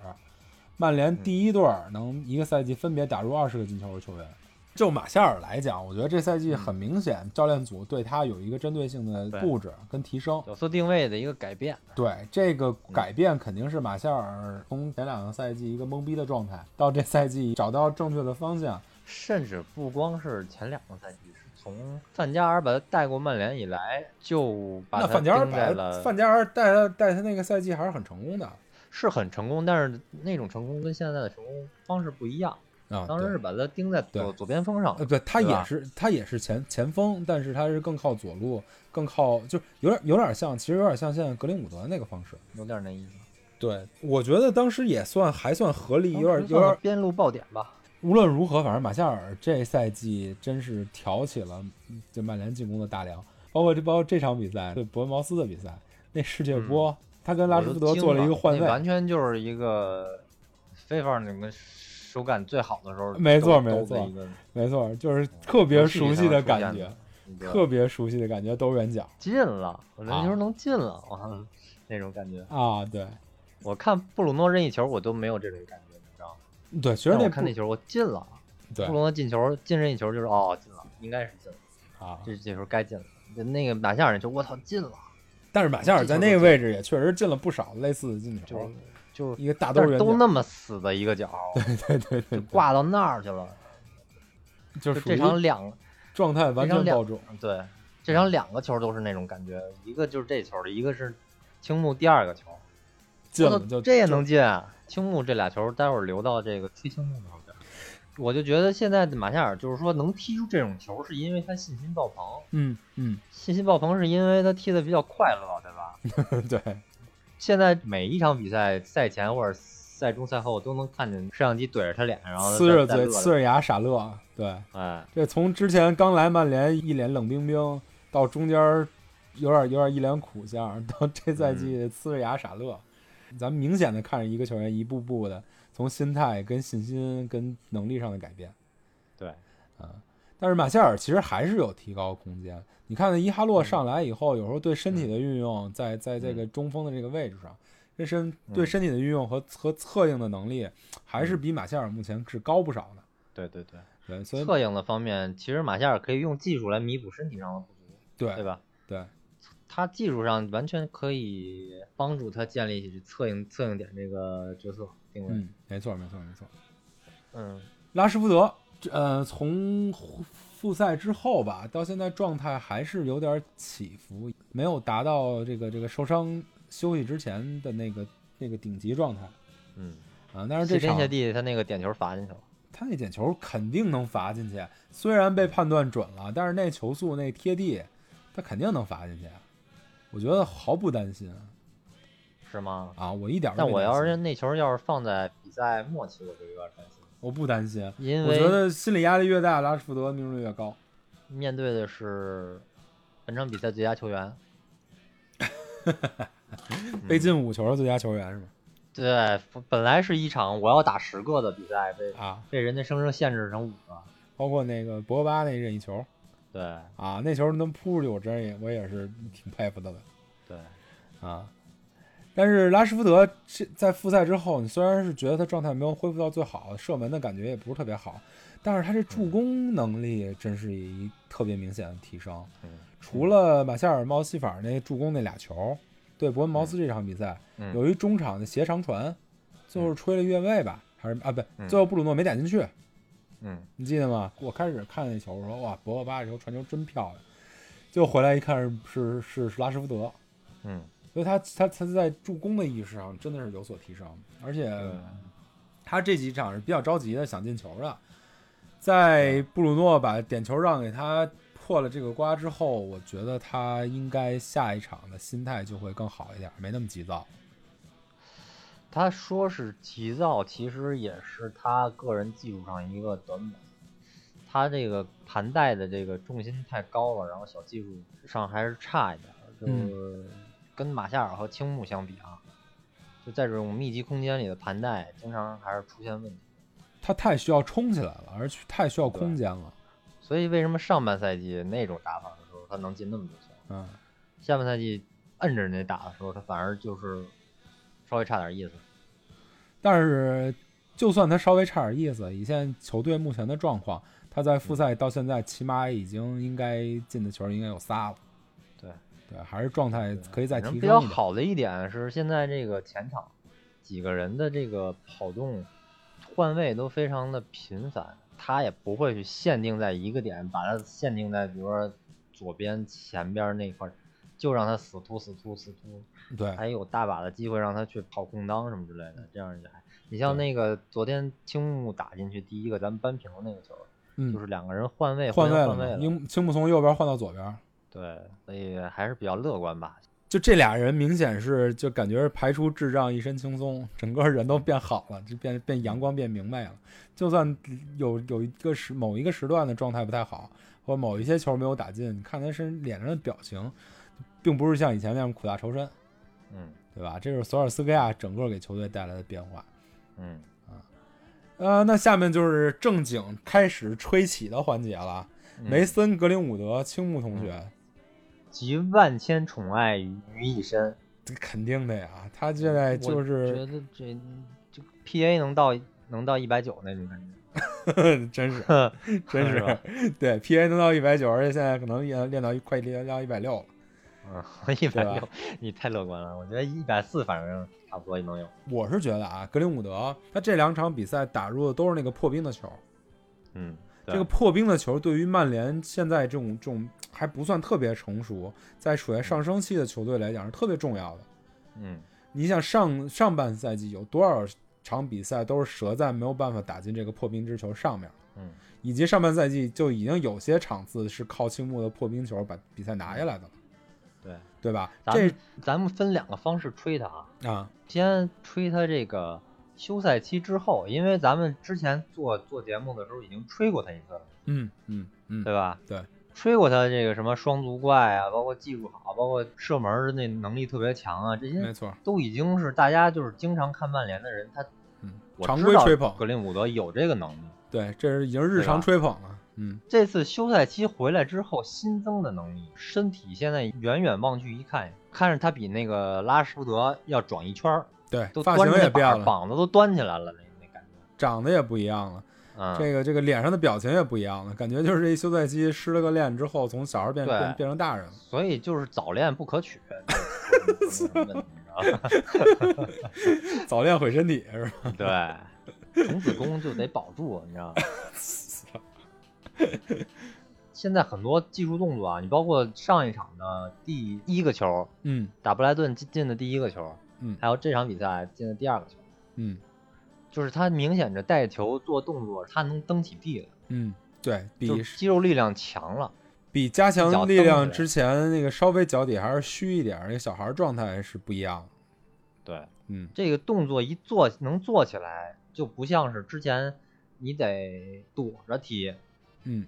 Speaker 2: 曼联第一对儿能一个赛季分别打入二十个进球的球员。就马夏尔来讲，我觉得这赛季很明显，教练组对他有一个针对性的
Speaker 3: 嗯对
Speaker 2: 布置跟提升。
Speaker 3: 角色定位的一个改变，
Speaker 2: 对这个
Speaker 3: 嗯
Speaker 2: 改变，肯定是马夏尔从前两个赛季一个懵逼的状态，到这赛季找到正确的方向。
Speaker 3: 甚至不光是前两个赛季，是从范加尔把他带过曼联以来，就把
Speaker 2: 那
Speaker 3: 他
Speaker 2: 范加尔
Speaker 3: 盯
Speaker 2: 把
Speaker 3: 在了
Speaker 2: 范加尔带他带他那个赛季还是很成功的
Speaker 3: 是很成功，但是那种成功跟现在的成功方式不一样。
Speaker 2: 啊。
Speaker 3: 当时
Speaker 2: 对
Speaker 3: 是把他钉在
Speaker 2: 对
Speaker 3: 左左边锋上
Speaker 2: 呃，，对，他
Speaker 3: 对
Speaker 2: 也
Speaker 3: 吧
Speaker 2: 是他也是前前锋，但是他是更靠左路，更靠就是有点有点像，其实有点像现在格林伍德那个方式。
Speaker 3: 有点那意思。
Speaker 2: 对，我觉得当时也算还算合理，有点有
Speaker 3: 算
Speaker 2: 点
Speaker 3: 是边路爆点吧。
Speaker 2: 无论如何，反正马夏尔这赛季真是挑起了嗯这曼联进攻的大梁，包括这包括这场比赛对伯恩茅斯的比赛，那世界波、他跟拉什福德
Speaker 3: 嗯我都
Speaker 2: 做了一
Speaker 3: 惊
Speaker 2: 个换
Speaker 3: 那完
Speaker 2: 位，
Speaker 3: 全就是一个非法那个手感最好的时候，
Speaker 2: 没错
Speaker 3: 兜
Speaker 2: 没
Speaker 3: 兜的
Speaker 2: 错
Speaker 3: 一个
Speaker 2: 没错，就是特别熟悉的感觉，，
Speaker 3: 游戏里才会出现的一个
Speaker 2: 特别熟悉的感觉，都远角
Speaker 3: 进了，我
Speaker 2: 啊
Speaker 3: 那球能进了，我、 那种感觉。
Speaker 2: 啊，对
Speaker 3: 我看布鲁诺任意球，我都没有这种感觉，你知道吗？
Speaker 2: 对，其实
Speaker 3: 但是
Speaker 2: 那
Speaker 3: 我看那球，我进了。
Speaker 2: 不
Speaker 3: 布
Speaker 2: 对
Speaker 3: 鲁诺进球进任意球就是哦进了，应该是进了，
Speaker 2: 啊，
Speaker 3: 这这球该进了。那那个马夏尔那球，我操进了，
Speaker 2: 但是马夏尔在那个位置也确实进了不少类似的进球
Speaker 3: 就，就
Speaker 2: 一个大兜
Speaker 3: 但
Speaker 2: 圆
Speaker 3: 是都
Speaker 2: 角，
Speaker 3: 那么死的一个角，
Speaker 2: 对对对，
Speaker 3: 就挂到那儿去了。
Speaker 2: 就
Speaker 3: 就
Speaker 2: 属
Speaker 3: 这
Speaker 2: 于
Speaker 3: 场两
Speaker 2: 状态完全
Speaker 3: 这场两
Speaker 2: 爆种，
Speaker 3: 嗯对，这场两个球都是那种感觉，一个就是这球，一个是青木第二个球，
Speaker 2: 进
Speaker 3: 我
Speaker 2: 了
Speaker 3: 操
Speaker 2: 就
Speaker 3: 这也
Speaker 2: 就
Speaker 3: 能进啊！青木这俩球，待会儿留到这个吹青木那会儿再说。我就觉得现在的马夏尔就是说能踢出这种球，是因为他信心爆棚。
Speaker 2: 嗯 嗯，
Speaker 3: 信心爆棚是因为他踢得比较快乐，对吧？
Speaker 2: 对。
Speaker 3: 现在每一场比赛赛前或者赛中赛后都能看见摄像机怼着他脸，然后
Speaker 2: 呲着
Speaker 3: 在
Speaker 2: 嘴，，
Speaker 3: 在乐
Speaker 2: 呲着牙傻乐。啊对，
Speaker 3: 哎，
Speaker 2: 这从之前刚来曼联一脸冷冰冰，到中间儿有点有点一脸苦相，到这赛
Speaker 3: 嗯
Speaker 2: 季呲着牙傻乐，咱们明显的看着一个球员一步步的从心态、跟信心、跟能力上的改变。
Speaker 3: 对，
Speaker 2: 但是马夏尔其实还是有提高空间。你看那伊哈
Speaker 3: 嗯
Speaker 2: 洛上来以后，有时候对身体的运用，在在这个中锋的这个位置上，这身对
Speaker 3: 嗯
Speaker 2: 身体的运用和和策应的能力，还是比马夏尔目前是高不少的。
Speaker 3: 对对对。
Speaker 2: 对，所以
Speaker 3: 策应的方面，其实马夏尔可以用技术来弥补身体上的不足，
Speaker 2: 对
Speaker 3: 对吧？
Speaker 2: 对，
Speaker 3: 他技术上完全可以帮助他建立起策应策应点这个角色定位。
Speaker 2: 嗯，没错，没错，没错。
Speaker 3: 嗯
Speaker 2: 拉什福德，这呃，从复赛之后吧，到现在状态还是有点起伏，没有达到这个这个受伤休息之前的那个那个顶级状态
Speaker 3: 嗯，
Speaker 2: 啊。但是
Speaker 3: 谢
Speaker 2: 这
Speaker 3: 天
Speaker 2: 场
Speaker 3: 谢地，他那个点球罚进去了。
Speaker 2: 他那点球肯定能罚进去，虽然被判断准了，但是那球速那贴地，他肯定能罚进去。我觉得毫不担心
Speaker 3: 是吗？
Speaker 2: 啊，我一点儿都
Speaker 3: 但
Speaker 2: 没
Speaker 3: 我
Speaker 2: 担
Speaker 3: 要
Speaker 2: 心
Speaker 3: 是那球要是放在比赛末期，我就有点担心，
Speaker 2: 我不担心，
Speaker 3: 因
Speaker 2: 我觉
Speaker 3: 为
Speaker 2: 得心理压力越大，拉什福德命中率越高。
Speaker 3: 面对的是本场比赛最佳球员，嗯
Speaker 2: 被进五球的最佳球员是吗？
Speaker 3: 对，本来是一场我要打十个的比赛，被
Speaker 2: 啊，
Speaker 3: 被人家生生限制成五个。
Speaker 2: 包括那个博格巴那任意球
Speaker 3: 对
Speaker 2: 啊，那球能扑出去，我真也我也是挺佩服他的
Speaker 3: 对，
Speaker 2: 啊。但是拉什福德这在复赛之后，你虽然是觉得他状态没有恢复到最好，射门的感觉也不是特别好，但是他这
Speaker 3: 嗯
Speaker 2: 助攻能力真是一特别明显的提升。
Speaker 3: 嗯
Speaker 2: 除了马夏尔帽西法那助攻那俩球，对伯恩茅斯这场比赛、
Speaker 3: 嗯
Speaker 2: 有一中场的斜长传，最后吹了越位吧，还是啊不，
Speaker 3: 嗯
Speaker 2: 最后布鲁诺没打进去，
Speaker 3: 嗯。
Speaker 2: 你记得吗？我开始看那球，我说哇，博格巴这球传球真漂亮，结果回来一看是是是拉什福德，
Speaker 3: 嗯
Speaker 2: 所以他他他在助攻的意识上真的是有所提升，而且他这几场是比较着急的想进球的，在布鲁诺把点球让给他破了这个瓜之后，我觉得他应该下一场的心态就会更好一点，没那么急躁。，
Speaker 3: 他说是急躁，其实也是他个人技术上一个短板。他这个盘带的这个重心太高了，然后小技术上还是差一点儿。就是跟马夏尔和青木相比啊，就在这种密集空间里的盘带，经常还是出现问题。
Speaker 2: 他太需要冲起来了，而且太需要空间了。
Speaker 3: 所以为什么上半赛季那种打法的时候他能进那么多球，
Speaker 2: 嗯，
Speaker 3: 下半赛季摁着那打的时候他反而就是稍微差点意思。
Speaker 2: 但是就算他稍微差点意思，以现在球队目前的状况，他在复赛到现在起码已经应该进的球应该有仨了。
Speaker 3: 对
Speaker 2: 对，还是状态可以再
Speaker 3: 反
Speaker 2: 提升
Speaker 3: 正
Speaker 2: 一
Speaker 3: 比较
Speaker 2: 点。
Speaker 3: 好的一点是现在这个前场几个人的这个跑动换位都非常的频繁，他也不会去限定在一个点，把它限定在比如说左边前边那块儿，就让他死突死突死突，
Speaker 2: 对，
Speaker 3: 还有大把的机会让他去跑空当什么之类的，这样也还。你像那个昨天青木打进去第一个咱们扳平的那个球，
Speaker 2: 嗯，
Speaker 3: 就是两个人换位，互
Speaker 2: 换
Speaker 3: 相
Speaker 2: 位
Speaker 3: 换
Speaker 2: 嘛
Speaker 3: 位了，
Speaker 2: 樱青木从右边换到左边，
Speaker 3: 对，所以还是比较乐观吧。
Speaker 2: 就这俩人明显是就感觉是排除智障，一身轻松，整个人都变好了，就变变阳光，变明媚了。就算有有一个时某一个时段的状态不太好，或者某一些球没有打进，你看他身脸上的表情，并不是像以前那样苦大仇深，
Speaker 3: 嗯
Speaker 2: 对吧？这是索尔斯克亚整个给球队带来的变化。
Speaker 3: 嗯，
Speaker 2: 呃，那下面就是正经开始吹起的环节了。
Speaker 3: 嗯
Speaker 2: 梅森、格林伍德、青木同学，
Speaker 3: 集万千宠爱于一身。
Speaker 2: 这肯定的呀，他现在就
Speaker 3: 我
Speaker 2: 是
Speaker 3: 觉得这这 PA 能到能到一百九那种感觉，
Speaker 2: 真是
Speaker 3: 呵
Speaker 2: 真
Speaker 3: 是吧
Speaker 2: 是，对 PA 能到一百九，而且现在可能练练到一快练到一百六了。
Speaker 3: 嗯，一百
Speaker 2: 对
Speaker 3: 六，你太乐观了。我觉得一百四反正差不多也能有。
Speaker 2: 我是觉得啊，格林伍德他这两场比赛打入的都是那个破冰的球，
Speaker 3: 嗯，对
Speaker 2: 这个破冰的球对于曼联现在这种这种还不算特别成熟，在处在上升期的球队来讲是特别重要的。
Speaker 3: 嗯
Speaker 2: 你想上上半赛季有多少场比赛都是折在没有办法打进这个破冰之球上面，
Speaker 3: 嗯
Speaker 2: 以及上半赛季就已经有些场次是靠青木的破冰球把比赛拿下来的了，
Speaker 3: 对，
Speaker 2: 对吧？
Speaker 3: 咱
Speaker 2: 这
Speaker 3: 们咱们分两个方式吹他啊，
Speaker 2: 啊，
Speaker 3: 先吹他这个休赛期之后，因为咱们之前做做节目的时候已经吹过他一次了，
Speaker 2: 嗯嗯嗯，
Speaker 3: 对吧？
Speaker 2: 对，
Speaker 3: 吹过他这个什么双足怪啊，包括技术好，包括射门儿那能力特别强啊，这些
Speaker 2: 没错，
Speaker 3: 都已经是大家就是经常看曼联的人，他
Speaker 2: 嗯，
Speaker 3: 我
Speaker 2: 常
Speaker 3: 知
Speaker 2: 规
Speaker 3: 道
Speaker 2: 吹捧
Speaker 3: 格，林伍德有这个能力。
Speaker 2: 对，这是已经是日常吹
Speaker 3: 对吧
Speaker 2: 捧了，嗯，
Speaker 3: 这次休赛期回来之后新增的能力，身体现在远远望去一看，看着他比那个拉什福德要壮一圈儿，
Speaker 2: 对
Speaker 3: 都，
Speaker 2: 发
Speaker 3: 端
Speaker 2: 型
Speaker 3: 着
Speaker 2: 也
Speaker 3: 那
Speaker 2: 变
Speaker 3: 膀
Speaker 2: 了，
Speaker 3: 膀子都端起来了那那感觉。
Speaker 2: 长得也不一样了，
Speaker 3: 嗯，
Speaker 2: 这个这个脸上的表情也不一样了，感觉就是这一休赛期失了个恋之后，从小孩变
Speaker 3: 对
Speaker 2: 变变成大人了。
Speaker 3: 所以就是早恋不可取，这是我们的问题你知道吧
Speaker 2: 早恋毁身体是吧？
Speaker 3: 对，童子功就得保住，你知道吗？现在很多技术动作啊，你包括上一场的第一个球，
Speaker 2: 嗯
Speaker 3: 打布莱顿进进的第一个球，
Speaker 2: 嗯
Speaker 3: 还有这场比赛进的第二个球，
Speaker 2: 嗯
Speaker 3: 就是他明显着带球做动作，他能蹬起地了，
Speaker 2: 嗯，对
Speaker 3: 就
Speaker 2: 比
Speaker 3: 肌肉力量强了。
Speaker 2: 比加
Speaker 3: 一脚
Speaker 2: 强
Speaker 3: 蹬
Speaker 2: 力
Speaker 3: 起
Speaker 2: 量
Speaker 3: 来
Speaker 2: 之前那个稍微脚底还是虚一点儿，那个小孩儿状态是不一样的。
Speaker 3: 对，
Speaker 2: 嗯，
Speaker 3: 这个动作一做能做起来，就不像是之前你得躲着踢，
Speaker 2: 嗯，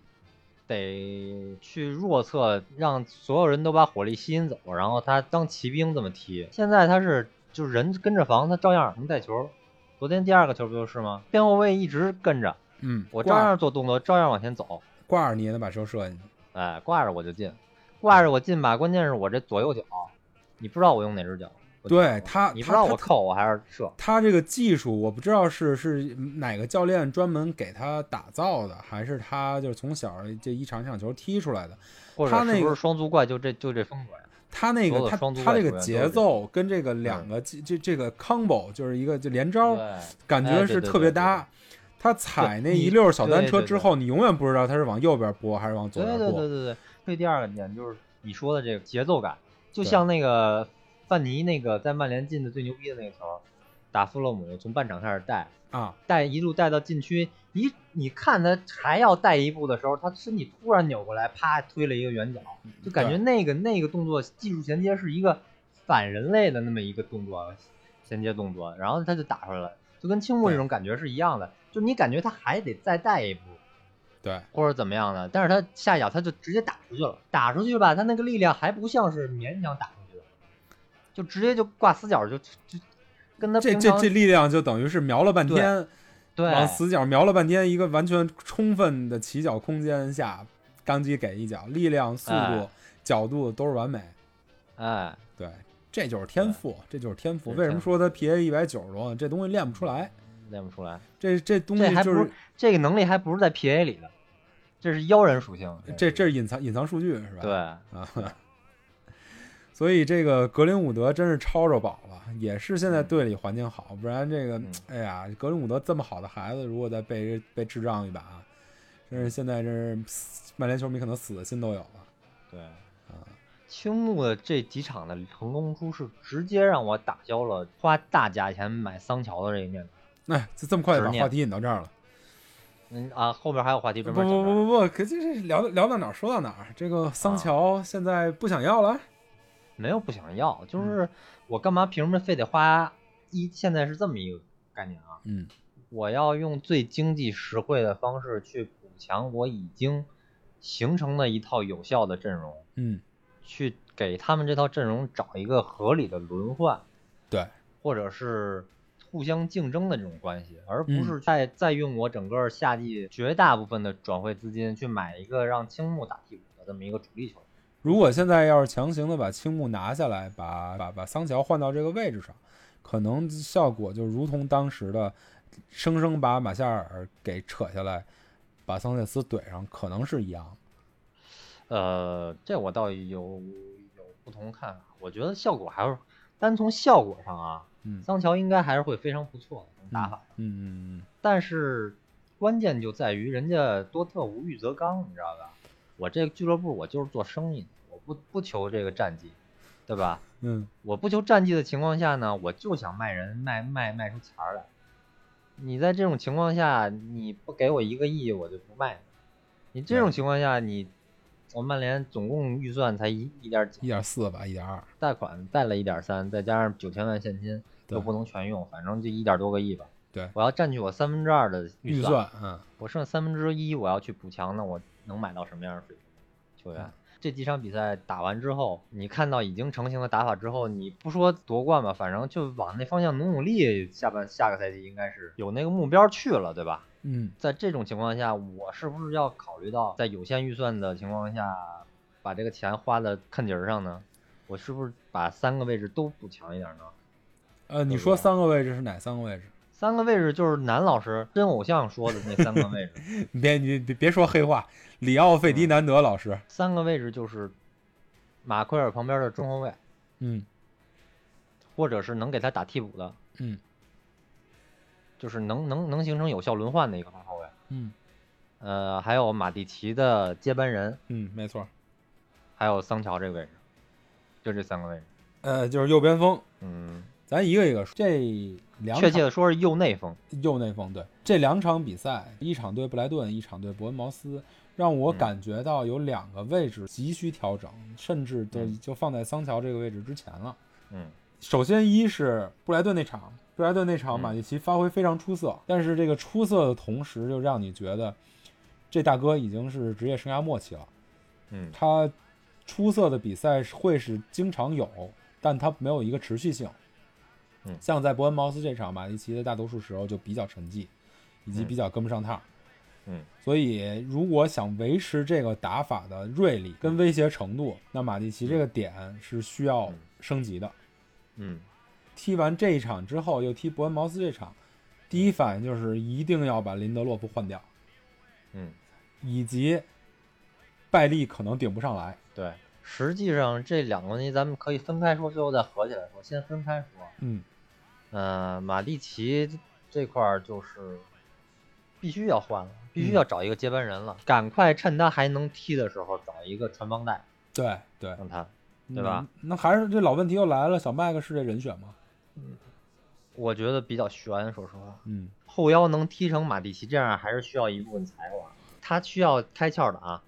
Speaker 3: 得去弱侧，让所有人都把火力吸引走，然后他当骑兵这么踢。现在他是就是人跟着防，他照样能带球。昨天第二个球不就是吗？边后卫一直跟着，
Speaker 2: 嗯，
Speaker 3: 我照
Speaker 2: 挂
Speaker 3: 样做动作，照样往前走，
Speaker 2: 挂着你也能把球射进去。
Speaker 3: 哎，挂着我就进，挂着我进吧。关键是我这左右脚，你不知道我用哪只脚，我就
Speaker 2: 对他
Speaker 3: 你
Speaker 2: 他
Speaker 3: 不知道
Speaker 2: 他
Speaker 3: 我扣我还是射，
Speaker 2: 他这个技术，我不知道是是哪个教练专门给他打造的，还是他就是从小这一场一场球踢出来的。
Speaker 3: 或者
Speaker 2: 他那
Speaker 3: 是不
Speaker 2: 个
Speaker 3: 是双足怪就这就这风格呀？
Speaker 2: 他那个
Speaker 3: 所有的
Speaker 2: 他
Speaker 3: 双足
Speaker 2: 他
Speaker 3: 外
Speaker 2: 这
Speaker 3: 球
Speaker 2: 个
Speaker 3: 员
Speaker 2: 节
Speaker 3: 都是嗯
Speaker 2: 奏跟这个两个这这这个 combo 就是一个就连招，
Speaker 3: 对，
Speaker 2: 感
Speaker 3: 哎
Speaker 2: 觉
Speaker 3: 对
Speaker 2: 是
Speaker 3: 对
Speaker 2: 特别
Speaker 3: 对对
Speaker 2: 搭。他踩那
Speaker 3: 你
Speaker 2: 一溜儿小单
Speaker 3: 对
Speaker 2: 车
Speaker 3: 对
Speaker 2: 之
Speaker 3: 对
Speaker 2: 后，你永远不知道他是往右边拨还是往左
Speaker 3: 对
Speaker 2: 边
Speaker 3: 对
Speaker 2: 拨
Speaker 3: 对。对对，这第二个点就是你说的这个节奏感，就
Speaker 2: 对
Speaker 3: 像那个范尼那个在曼联进的最牛逼的那个球，打富勒姆从半场开始带，
Speaker 2: 啊，
Speaker 3: 带一路带到禁区，你你看他还要带一步的时候，他身体突然扭过来，啪推了一个远角，
Speaker 2: 嗯
Speaker 3: 就感觉那个那个动作技术衔接是一个反人类的那么一个动作衔接动作，然后他就打出来了，就跟青木
Speaker 2: 对
Speaker 3: 这种感觉是一样的，就你感觉他还得再带一步。
Speaker 2: 对
Speaker 3: 或者怎么样的，但是他下一脚他就直接打出去了，打出去吧，他那个力量还不像是勉强打出去的，就直接就挂死角就就就跟他
Speaker 2: 这
Speaker 3: 平
Speaker 2: 这
Speaker 3: 常
Speaker 2: 这力量就等于是瞄了半
Speaker 3: 对
Speaker 2: 天，
Speaker 3: 对，
Speaker 2: 往死角瞄了半天，一个完全充分的起脚空间下，钢机给一脚，力量、速度、
Speaker 3: 哎
Speaker 2: 角度都是完美。
Speaker 3: 哎，
Speaker 2: 对，这就是天赋，这就是天赋。
Speaker 3: 这是
Speaker 2: 为什么
Speaker 3: 天
Speaker 2: 说他 PA 一百九十多？这东西练不出来，
Speaker 3: 练不出来，
Speaker 2: 这这东西
Speaker 3: 这还
Speaker 2: 就
Speaker 3: 不是这个能力还不是在 PA 里的，这是妖人属性，
Speaker 2: 这这是隐藏隐藏数据是吧？
Speaker 3: 对，
Speaker 2: 啊，所以这个格林伍德真是抄着宝了，也是现在队里环境好，不然这个，哎呀，格林伍德这么好的孩子，如果再被这被智障一把，真是现在真是死曼联球迷可能死的心都有了。
Speaker 3: 对，啊，青木的这几场的成功出是直接让我打消了花大价钱买桑乔的这个念头。
Speaker 2: 哎，就这么快就把
Speaker 3: 执念
Speaker 2: 话题引到这儿了？
Speaker 3: 嗯啊，后面还有话题
Speaker 2: 不
Speaker 3: 专
Speaker 2: 不
Speaker 3: 门
Speaker 2: 不
Speaker 3: 讲这。
Speaker 2: 不不，可就是聊聊到哪儿说到哪儿。这个桑乔现在不想要了，
Speaker 3: 没有不想要，
Speaker 2: 嗯
Speaker 3: 就是我干嘛凭什么非得花一？现在是这么一个概念啊，
Speaker 2: 嗯
Speaker 3: 我要用最经济实惠的方式去补强我已经形成的一套有效的阵容，
Speaker 2: 嗯，
Speaker 3: 去给他们这套阵容找一个合理的轮换。
Speaker 2: 对，
Speaker 3: 或者是互相竞争的这种关系，而不
Speaker 2: 嗯
Speaker 3: 是再再用我整个夏季绝大部分的转会资金去买一个让青木打替补的这么一个主力球员。
Speaker 2: 如果现在要是强行的把青木拿下来，把把把桑乔换到这个位置上，可能效果就如同当时的生生把马夏尔给扯下来，把桑切斯怼上，可能是一样。
Speaker 3: 呃，这我倒有有不同看法，我觉得效果还是单从效果上啊，
Speaker 2: 嗯
Speaker 3: 桑乔应该还是会非常不错的这种打法，
Speaker 2: 嗯嗯
Speaker 3: 但是关键就在于人家多特无欲则刚，你知道吧？我这个俱乐部我就是做生意的，我不不求这个战绩，对吧？
Speaker 2: 嗯
Speaker 3: 我不求战绩的情况下呢，我就想卖人，卖卖卖出钱儿来。你在这种情况下，你不给我一个亿，我就不卖你。你这种情况下，你我曼联总共预算才一一点
Speaker 2: 一
Speaker 3: 几，
Speaker 2: 点四吧，一点二。
Speaker 3: 贷款贷了一点三，再加上九千万现金，
Speaker 2: 对
Speaker 3: 又不能全用，反正就一点多个亿吧。
Speaker 2: 对
Speaker 3: 我要占据我三分之二的
Speaker 2: 预
Speaker 3: 算，
Speaker 2: 算，嗯，
Speaker 3: 我剩三分之一我要去补强，那我能买到什么样的水平球员
Speaker 2: 嗯？
Speaker 3: 这几场比赛打完之后，你看到已经成型的打法之后，你不说夺冠吧，反正就往那方向努努力，下半下个赛季应该是有那个目标去了，对吧？
Speaker 2: 嗯，
Speaker 3: 在这种情况下，我是不是要考虑到在有限预算的情况下，把这个钱花在看节儿上呢？我是不是把三个位置都补强一点呢？
Speaker 2: 呃，你说三个位置是哪三个位置？
Speaker 3: 三个位置就是男老师真偶像说的那三个位置，
Speaker 2: 你别你别别说黑话，里奥费迪南德老师，
Speaker 3: 三个位置就是马奎尔旁边的中后卫，
Speaker 2: 嗯
Speaker 3: 或者是能给他打替补的，
Speaker 2: 嗯
Speaker 3: 就是能能能形成有效轮换的一个中后卫。
Speaker 2: 嗯
Speaker 3: 呃，还有马蒂奇的接班人，
Speaker 2: 嗯，没错，
Speaker 3: 还有桑乔这个位置，就这三个位置。
Speaker 2: 呃，就是右边锋，
Speaker 3: 嗯，
Speaker 2: 咱一个一个说，这两
Speaker 3: 确
Speaker 2: 场
Speaker 3: 切的说是右内锋。
Speaker 2: 右内锋对这两场比赛，一场对布莱顿，一场对伯恩茅斯，让我感觉到有两个位置急需调整，甚至就
Speaker 3: 嗯
Speaker 2: 就放在桑乔这个位置之前了。
Speaker 3: 嗯
Speaker 2: 首先，一是布莱顿那场，布莱顿那场
Speaker 3: 嗯
Speaker 2: 马蒂奇发挥非常出色，但是这个出色的同时，就让你觉得这大哥已经是职业生涯末期了。
Speaker 3: 嗯
Speaker 2: 他出色的比赛会是经常有，但他没有一个持续性。
Speaker 3: 嗯
Speaker 2: 像在伯恩茅斯这场，马蒂奇的大多数时候就比较沉寂，以及
Speaker 3: 嗯
Speaker 2: 比较跟不上趟儿。
Speaker 3: 嗯
Speaker 2: 所以，如果想维持这个打法的锐利跟威胁程度，那马蒂奇这个点是需要升级的。
Speaker 3: 嗯
Speaker 2: 踢完这一场之后，又踢伯恩茅斯这场，第一反应就是一定要把林德洛夫换掉，
Speaker 3: 嗯，
Speaker 2: 以及拜利可能顶不上来。
Speaker 3: 对。实际上这两个问题咱们可以分开说，最后再合起来说。先分开说。
Speaker 2: 嗯
Speaker 3: 呃，马蒂奇这块儿就是必须要换了，必
Speaker 2: 嗯
Speaker 3: 须要找一个接班人了，赶快趁他还能踢的时候找一个传帮带
Speaker 2: 对对，
Speaker 3: 让他。对吧
Speaker 2: 嗯？那还是这老问题又来了，小麦克是这人选吗？
Speaker 3: 我觉得比较悬，说实话，
Speaker 2: 嗯
Speaker 3: 后腰能踢成马蒂奇这样，还是需要一部分才华，他需要开窍的啊，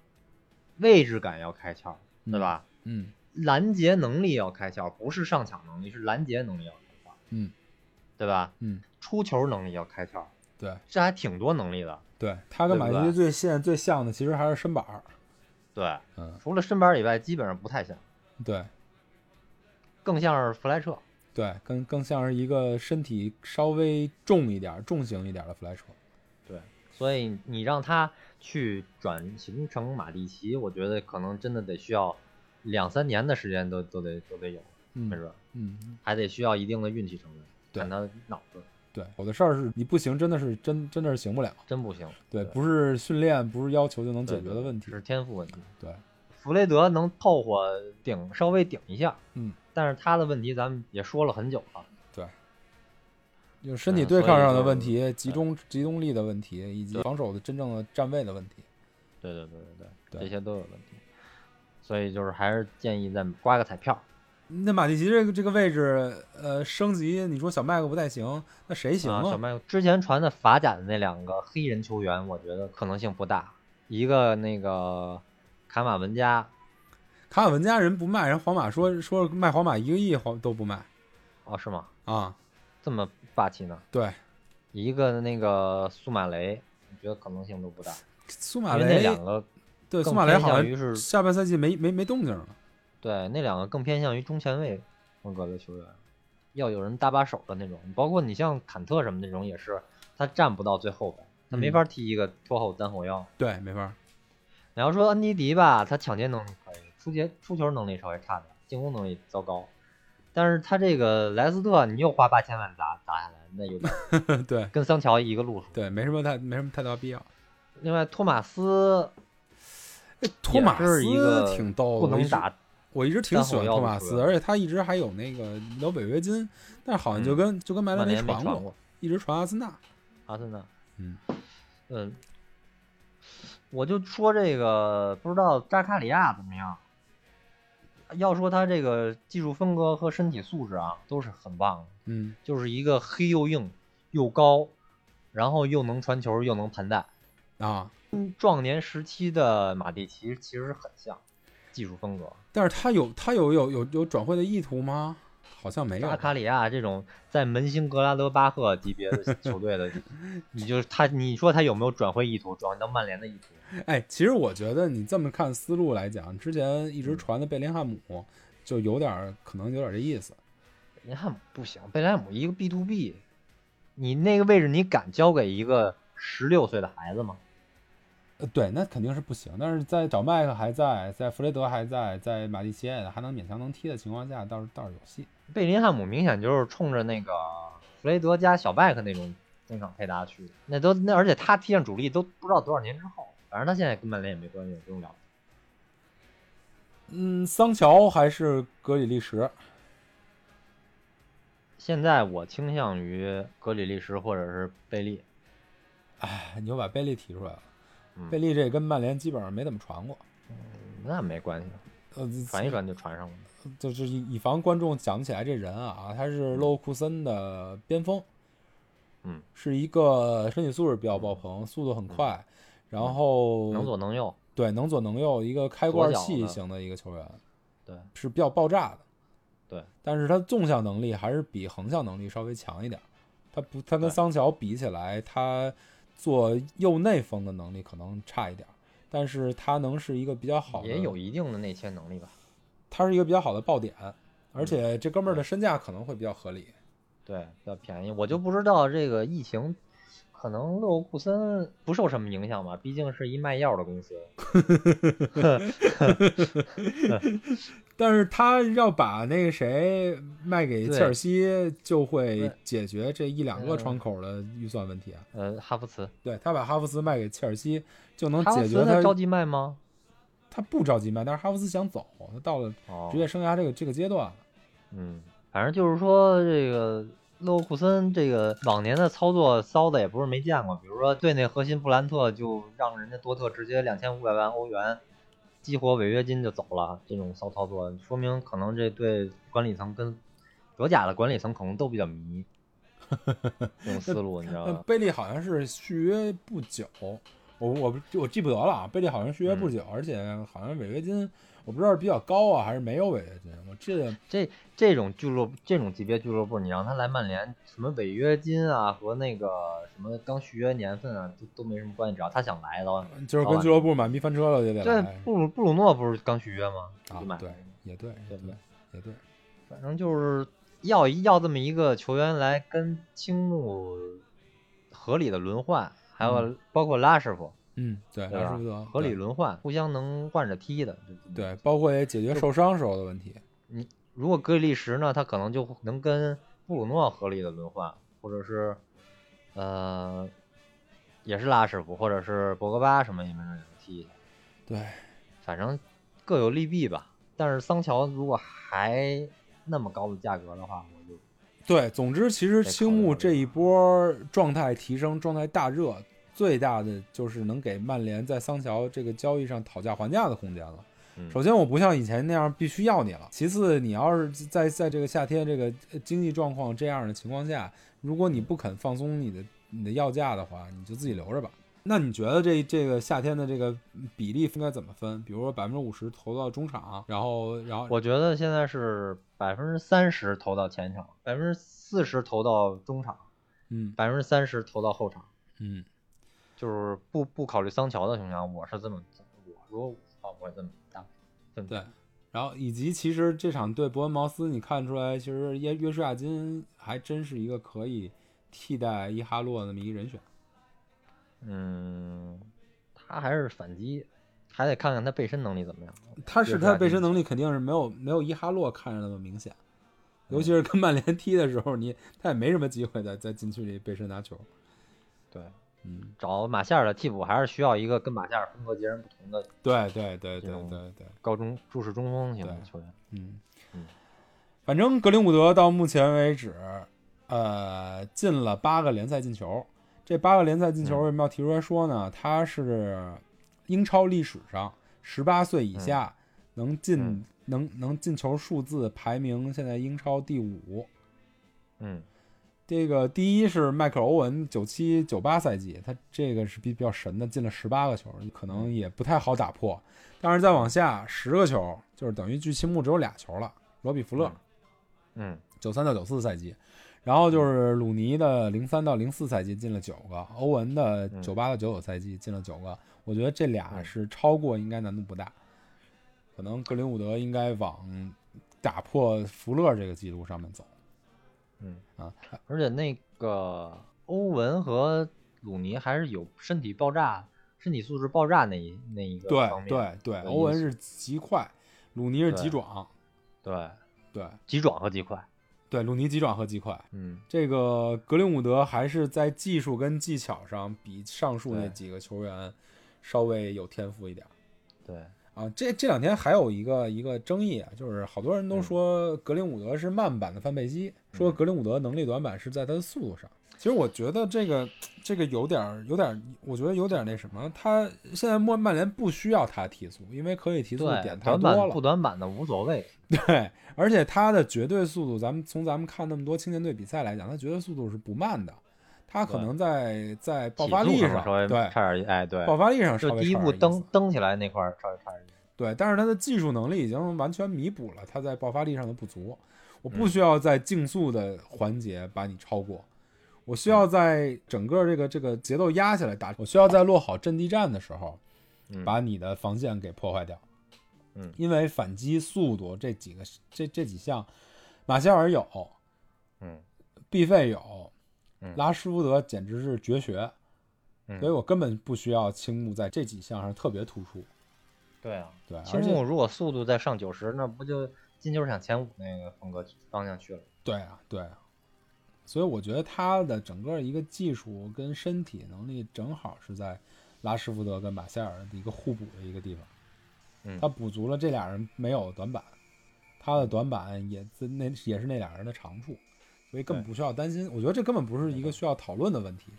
Speaker 3: 位置感要开窍，对吧？
Speaker 2: 嗯
Speaker 3: 拦截能力要开窍，不是上抢能力，是拦截能力要开窍，
Speaker 2: 嗯，
Speaker 3: 对吧？
Speaker 2: 嗯，
Speaker 3: 出球能力要开窍，
Speaker 2: 对
Speaker 3: 这还挺多能力的，
Speaker 2: 对，他跟马
Speaker 3: 对
Speaker 2: 蒂奇
Speaker 3: 不对
Speaker 2: 最现最像的其实还是身板儿，
Speaker 3: 对，
Speaker 2: 嗯，
Speaker 3: 除了身板以外，基本上不太像。
Speaker 2: 对
Speaker 3: 更像是弗莱彻。
Speaker 2: 对，更更像是一个身体稍微重一点儿、重型一点儿的弗莱彻，
Speaker 3: 所以你让他去转型成马蒂奇，我觉得可能真的得需要两三年的时间都都得都得有，
Speaker 2: 嗯
Speaker 3: 没准儿
Speaker 2: 嗯，
Speaker 3: 还得需要一定的运气成分，
Speaker 2: 对
Speaker 3: 看他脑子，
Speaker 2: 对，有的事儿是你不行，真的是真真的是行不了。
Speaker 3: 真不行，
Speaker 2: 对，
Speaker 3: 对
Speaker 2: 不是训练，不是要求就能解
Speaker 3: 对
Speaker 2: 决
Speaker 3: 对
Speaker 2: 的问题。
Speaker 3: 是天赋问题。
Speaker 2: 对，
Speaker 3: 弗雷德能凑合顶，稍微顶一下，
Speaker 2: 嗯，
Speaker 3: 但是他的问题咱们也说了很久了，
Speaker 2: 就是身体
Speaker 3: 嗯
Speaker 2: 对
Speaker 3: 所以
Speaker 2: 抗上的
Speaker 3: 就
Speaker 2: 问题、集中集中力的问题，以及防守的真正的站位的问题。
Speaker 3: 对对对对
Speaker 2: 对
Speaker 3: 这些都有问题，所以就是还是建议再刮个彩票，
Speaker 2: 那马蒂奇这个这个位置，呃，升级，你说小麦克不太行，那谁行
Speaker 3: 啊，小麦之前传的法甲的那两个黑人球员，我觉得可能性不大，一个那个卡马文加
Speaker 2: 卡瓦文加人不卖，人皇马说说卖皇马一个亿皇都不卖
Speaker 3: 哦，是吗？
Speaker 2: 啊。
Speaker 3: 这么霸气呢？
Speaker 2: 对，
Speaker 3: 一个那个苏马雷，我觉得可能性都不大，
Speaker 2: 苏马
Speaker 3: 因为那
Speaker 2: 雷
Speaker 3: 两个
Speaker 2: 对
Speaker 3: 更
Speaker 2: 苏马雷
Speaker 3: 偏
Speaker 2: 好
Speaker 3: 向
Speaker 2: 像
Speaker 3: 于是
Speaker 2: 下半赛季没没没动静了。
Speaker 3: 对，那两个更偏向于中前卫风格的球员，要有人搭把手的那种。包括你像坎特什么那种也是，他站不到最后边，他没
Speaker 2: 嗯
Speaker 3: 法踢一个拖后单后腰。
Speaker 2: 对，没法儿。
Speaker 3: 你要说恩迪迪吧，他抢劫能力可以，出节出球能力稍微差点，进攻能力糟糕。但是他这个莱斯特，你又花八千万砸砸下来，那 有点儿
Speaker 2: 对
Speaker 3: 跟桑乔一个路数。
Speaker 2: 对，没什么太没什么太大必要。
Speaker 3: 另外，托马斯
Speaker 2: 哎托马
Speaker 3: 也是一个
Speaker 2: 斯挺逗的，我
Speaker 3: 不
Speaker 2: 一
Speaker 3: 能
Speaker 2: 直
Speaker 3: 打，
Speaker 2: 我一直挺喜欢托马
Speaker 3: 单
Speaker 2: 斯，
Speaker 3: 后腰的球员
Speaker 2: 而且他一直还有那个有违约金，但是好像就跟、就跟麦
Speaker 3: 嗯曼
Speaker 2: 联没
Speaker 3: 联没
Speaker 2: 传
Speaker 3: 传过
Speaker 2: 一直传阿森纳。
Speaker 3: 阿森纳。
Speaker 2: 嗯
Speaker 3: 嗯，我就说这个不知道扎卡里亚怎么样。要说他这个技术风格和身体素质啊，都是很棒的。
Speaker 2: 嗯，
Speaker 3: 就是一个黑又硬又高，然后又能传球又能盘带，
Speaker 2: 啊，
Speaker 3: 跟壮年时期的马蒂奇其实很像，技术风格。
Speaker 2: 但是他有他有有有有转会的意图吗？好像没有
Speaker 3: 扎
Speaker 2: 吧。
Speaker 3: 卡里亚这种在门兴格拉德巴赫级别的球队 的，你就是他，你说他有没有转会意图，转会到曼联的意图？
Speaker 2: 哎，其实我觉得你这么看思路来讲，之前一直传的贝林汉姆就有点儿可能有点儿这意思。
Speaker 3: 贝林汉姆不行，贝林汉姆一个 B to B，你那个位置你敢交给一个十六岁的孩子吗？
Speaker 2: 呃，对，那肯定是不行。但是在找麦克还在，在弗雷德还在，在马蒂奇也还能勉强能踢的情况下，倒是倒是有戏。
Speaker 3: 贝林汉姆明显就是冲着那个弗雷德加小麦克那种中场配搭去，那都那而且他踢上主力都不知道多少年之后，反正他现在跟曼联也没关系，也不用聊。
Speaker 2: 嗯，桑乔还是格里利什。
Speaker 3: 现在我倾向于格里利什或者是贝利，
Speaker 2: 哎，你又把贝利提出来了。
Speaker 3: 嗯
Speaker 2: 贝利这跟曼联基本上没怎么传过，
Speaker 3: 那没关系，
Speaker 2: 呃，
Speaker 3: 传一传就传上了。
Speaker 2: 就是以以防观众想不起来这人啊，啊他是勒沃库森的边锋，
Speaker 3: 嗯，
Speaker 2: 是一个身体素质比较爆棚，速度很快，然后
Speaker 3: 嗯能左能右，
Speaker 2: 对能左能右，一个开罐
Speaker 3: 左脚
Speaker 2: 器
Speaker 3: 的
Speaker 2: 型的一个球员，
Speaker 3: 对
Speaker 2: 是比较爆炸的，
Speaker 3: 对，
Speaker 2: 但是他纵向能力还是比横向能力稍微强一点儿。他不，他跟
Speaker 3: 对
Speaker 2: 桑乔比起来，他做右内锋的能力可能差一点儿，但是他能是一个比较好的，
Speaker 3: 也有一定的内切能力吧。
Speaker 2: 他是一个比较好的爆点，而
Speaker 3: 嗯
Speaker 2: 且这哥们儿的身价可能会比较合理。
Speaker 3: 对，比较便宜。我就不知道这个疫情，可能勒沃库森不受什么影响吧，毕竟是一卖药的公司。
Speaker 2: 但是他要把那个谁卖给切尔西，就会解决这一两个窗口的预算问题啊。
Speaker 3: 呃，哈弗茨，
Speaker 2: 对他把哈弗茨卖给切尔西，就能
Speaker 3: 哈弗
Speaker 2: 解
Speaker 3: 茨
Speaker 2: 决
Speaker 3: 他着
Speaker 2: 他
Speaker 3: 急卖吗？
Speaker 2: 他不着急卖，但是哈弗茨想走，他到了
Speaker 3: 哦
Speaker 2: 职，业生涯这个这个阶段了。
Speaker 3: 嗯，反正就是说这个勒沃库森这个往年的操作骚的也不是没见过，比如说队内核心布兰特就让人家多特直接两千五百万欧元激活违约金就走了，这种骚操作说明可能这对管理层跟德甲的管理层可能都比较迷这种思路，你知道
Speaker 2: 那
Speaker 3: 吧？
Speaker 2: 嗯贝利好像是续约不久，我我不我记不得了啊。贝利好像续约不久，而且好像违约金我不知道是比较高啊，还是没有违约金。我记得
Speaker 3: 这这种俱乐部这种级别俱乐部，你让他来曼联，什么违约金啊和那个什么刚续约年份啊，都都没什么关系，只要他想来的话，
Speaker 2: 就是跟俱乐部满地翻车了，就得
Speaker 3: 对
Speaker 2: 来，
Speaker 3: 布鲁布鲁诺不是刚续约吗？
Speaker 2: 啊
Speaker 3: 就买，
Speaker 2: 对，也对，也
Speaker 3: 对不
Speaker 2: 对
Speaker 3: 对，
Speaker 2: 也对。
Speaker 3: 反正就是要要这么一个球员来跟青木合理的轮换，还有包括拉什福，
Speaker 2: 嗯，对，
Speaker 3: 对
Speaker 2: 拉
Speaker 3: 吧
Speaker 2: 什福德？
Speaker 3: 合理
Speaker 2: 嗯对
Speaker 3: 轮换，互相能换着踢的。
Speaker 2: 对，
Speaker 3: 对，
Speaker 2: 包括也解决受伤时候的问题。
Speaker 3: 如果格里利什呢，他可能就能跟布鲁诺合理的轮换，或者是呃，也是拉什福或者是博格巴什么也没准也能踢一下，
Speaker 2: 对，
Speaker 3: 反正各有利弊吧。但是桑乔如果还那么高的价格的话，我就
Speaker 2: 对，总之其实
Speaker 3: 得考
Speaker 2: 青木
Speaker 3: 虑
Speaker 2: 这一波状态提升、状态大热，最大的就是能给曼联在桑乔这个交易上讨价还价的空间了。
Speaker 3: 嗯
Speaker 2: 首先，我不像以前那样必须要你了；其次，你要是在在这个夏天这个呃经济状况这样的情况下，如果你
Speaker 3: 嗯
Speaker 2: 不肯放松你的你的要价的话，你就自己留着吧。那你觉得这这个夏天的这个比例应该怎么分？比如说百分之五十投到中场，然后然后
Speaker 3: 我觉得现在是百分之三十投到前场，百分之四十投到中场，
Speaker 2: 嗯
Speaker 3: 百分之三十投到后场，
Speaker 2: 嗯，
Speaker 3: 就是不不考虑桑乔的情况下，我是这么我如果啊，我也这么打，这么
Speaker 2: 对，然后以及其实这场对伯恩茅斯，你看出来，其实约约什亚金还真是一个可以替代伊哈洛那么一个人选。
Speaker 3: 嗯，他还是反击，还得看看他背身能力怎么样。
Speaker 2: 他是
Speaker 3: 是
Speaker 2: 他的
Speaker 3: 亚
Speaker 2: 背
Speaker 3: 金
Speaker 2: 身能力肯定是没有没有伊哈洛看着那么明显，尤其是跟曼联踢的时候，你他也没什么机会在在禁区里背身拿球。
Speaker 3: 对，
Speaker 2: 嗯，
Speaker 3: 找马夏尔的替补还是需要一个跟马夏尔风格截然不同的
Speaker 2: 对对对
Speaker 3: 这
Speaker 2: 对
Speaker 3: 种
Speaker 2: 对对，
Speaker 3: 高中注视中锋型的
Speaker 2: 对
Speaker 3: 球员。
Speaker 2: 嗯
Speaker 3: 嗯，
Speaker 2: 反正格林伍德到目前为止，呃，进了八个联赛进球。这八个联赛进球
Speaker 3: 嗯
Speaker 2: 为什么要提出来说呢？他是英超历史上十八岁以下能进、
Speaker 3: 嗯
Speaker 2: 能能进球数字排名现在英超第五。
Speaker 3: 嗯
Speaker 2: 这个第一是迈克尔·欧文，九七九八赛季，他这个是比比较神的，进了十八个球，可能也不太好打破。但是再往下十个球，就是等于距青木只有俩球了。罗比·福勒
Speaker 3: 嗯嗯
Speaker 2: 九三到九四赛季，然后就是鲁尼的零三到零四赛季进了九个，欧文的
Speaker 3: 嗯
Speaker 2: 九八到九九赛季进了九个。我觉得这俩
Speaker 3: 嗯
Speaker 2: 是超过，应该难度不大。可能格林伍德应该往打破福勒这个记录上面走
Speaker 3: 嗯，
Speaker 2: 啊。
Speaker 3: 而且那个欧文和鲁尼还是有身体爆炸、身体素质爆炸那一那一个
Speaker 2: 对
Speaker 3: 方面。
Speaker 2: 对对，
Speaker 3: 有
Speaker 2: 欧文
Speaker 3: 意思
Speaker 2: 是极快，鲁尼是
Speaker 3: 对
Speaker 2: 急转，
Speaker 3: 对，
Speaker 2: 对
Speaker 3: 急转和极快。
Speaker 2: 对，鲁尼急转和极快。
Speaker 3: 嗯，
Speaker 2: 这个格林伍德还是在技术跟技巧上比上述那
Speaker 3: 对
Speaker 2: 几个球员稍微有天赋一点儿
Speaker 3: 对，
Speaker 2: 啊。这这两天还有一个一个争议啊，就是好多人都
Speaker 3: 嗯
Speaker 2: 说格林伍德是慢版的范佩西，说格林伍德能力短板是在他的速度上。嗯其实我觉得这个这个有点儿有点儿，我觉得有点儿那什么。他现在曼曼联不需要他提速，因为可以提速的
Speaker 3: 对，
Speaker 2: 点太
Speaker 3: 短
Speaker 2: 多
Speaker 3: 板
Speaker 2: 了。
Speaker 3: 不短板的无所谓。
Speaker 2: 对，而且他的绝对速度，咱们从咱们看那么多青年队比赛来讲，他绝对速度是不慢的。他可
Speaker 3: 对
Speaker 2: 能在在爆
Speaker 3: 起
Speaker 2: 发
Speaker 3: 速
Speaker 2: 力
Speaker 3: 可能
Speaker 2: 上，
Speaker 3: 稍微
Speaker 2: 对
Speaker 3: 差点意，哎，对，
Speaker 2: 爆发力上稍
Speaker 3: 就
Speaker 2: 微
Speaker 3: 第一
Speaker 2: 差
Speaker 3: 步
Speaker 2: 点意
Speaker 3: 蹬
Speaker 2: 思
Speaker 3: 蹬起来那块儿稍微差点意思。
Speaker 2: 对，但是他的技术能力已经完全弥补了他在爆发力上的不足。我
Speaker 3: 嗯
Speaker 2: 不需要在竞速的环节把你超过，我需要在整个这个这个节奏压下来打，我需要在落好阵地战的时候，
Speaker 3: 嗯
Speaker 2: 把你的防线给破坏掉。
Speaker 3: 嗯
Speaker 2: 因为反击速度这几个这这几项，马夏尔有，
Speaker 3: 嗯，
Speaker 2: 必费有，
Speaker 3: 嗯
Speaker 2: 拉什福德简直是绝学，
Speaker 3: 嗯
Speaker 2: 所以我根本不需要青木在这几项上特别突出。
Speaker 3: 对啊，
Speaker 2: 对，
Speaker 3: 青
Speaker 2: 而且
Speaker 3: 木如果速度再上九十，那不就进球场前五那个风格方向去了？
Speaker 2: 对啊，对啊，所以我觉得他的整个一个技术跟身体能力正好是在拉什福德跟马塞尔的一个互补的一个地方，
Speaker 3: 嗯
Speaker 2: 他补足了这俩人没有短板，他的短板也自那也是那俩人的长处，所以根本
Speaker 3: 对
Speaker 2: 不需要担心。我觉得这根本不是一个需要讨论的问题。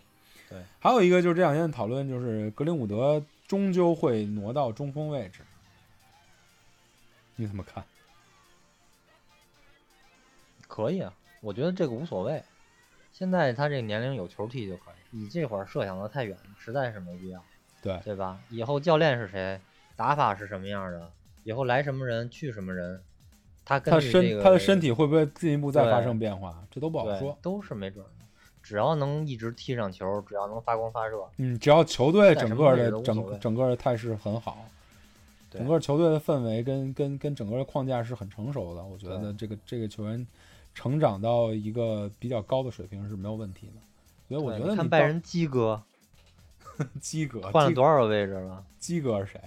Speaker 3: 对，
Speaker 2: 还有一个就是这两天的讨论就是格林伍德终究会挪到中锋位置，你怎么看？
Speaker 3: 可以啊，我觉得这个无所谓。现在他这个年龄有球踢就可以，你这会儿设想的太远，实在是没必要，
Speaker 2: 对
Speaker 3: 对吧？以后教练是谁，打法是什么样的，以后来什么人去什么人，他根
Speaker 2: 他
Speaker 3: 据
Speaker 2: 身、
Speaker 3: 这个
Speaker 2: 他的身体会不会进一步再
Speaker 3: 对
Speaker 2: 发生变化，这都不好
Speaker 3: 对
Speaker 2: 说。
Speaker 3: 都是没准儿的。只要能一直踢上球，只要能发光发热，
Speaker 2: 嗯，只要球队
Speaker 3: 在
Speaker 2: 整
Speaker 3: 什么
Speaker 2: 个
Speaker 3: 位置
Speaker 2: 的
Speaker 3: 都无所
Speaker 2: 整
Speaker 3: 谓
Speaker 2: 整个的态势很好，
Speaker 3: 对
Speaker 2: 整个球队的氛围跟跟跟整个的框架是很成熟的，我觉得
Speaker 3: 对
Speaker 2: 这个这个球员成长到一个比较高的水平是没有问题的。所以我
Speaker 3: 对
Speaker 2: 觉
Speaker 3: 你
Speaker 2: 得
Speaker 3: 看
Speaker 2: 你
Speaker 3: 拜
Speaker 2: 到
Speaker 3: 仁鸡哥，
Speaker 2: 基哥
Speaker 3: 换了
Speaker 2: 基
Speaker 3: 多少个位置了？
Speaker 2: 基哥是谁？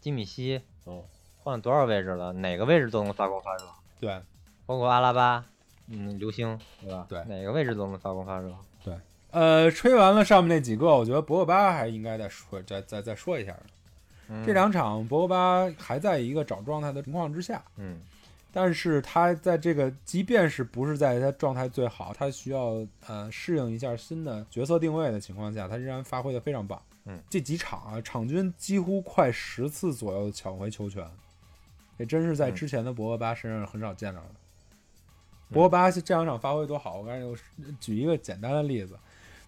Speaker 3: 基米希
Speaker 2: 哦，
Speaker 3: 换了多少位置了？哪个位置都能发光发热，
Speaker 2: 对，
Speaker 3: 包括阿拉巴，嗯，流星，对吧？
Speaker 2: 对
Speaker 3: 哪个位置都能发光发热。
Speaker 2: 呃，吹完了上面那几个，我觉得博格巴还应该再说再再再说一下。
Speaker 3: 嗯、
Speaker 2: 这两场博格巴还在一个找状态的情况之下，
Speaker 3: 嗯，
Speaker 2: 但是他在这个，即便是不是在他状态最好，他需要呃适应一下新的角色定位的情况下，他仍然发挥的非常棒。
Speaker 3: 嗯，
Speaker 2: 这几场啊，场均几乎快十次左右抢回球权，这真是在
Speaker 3: 嗯
Speaker 2: 之前的博格巴身上很少见着的。
Speaker 3: 嗯
Speaker 2: 博格巴这两场发挥多好，我感觉我举一个简单的例子，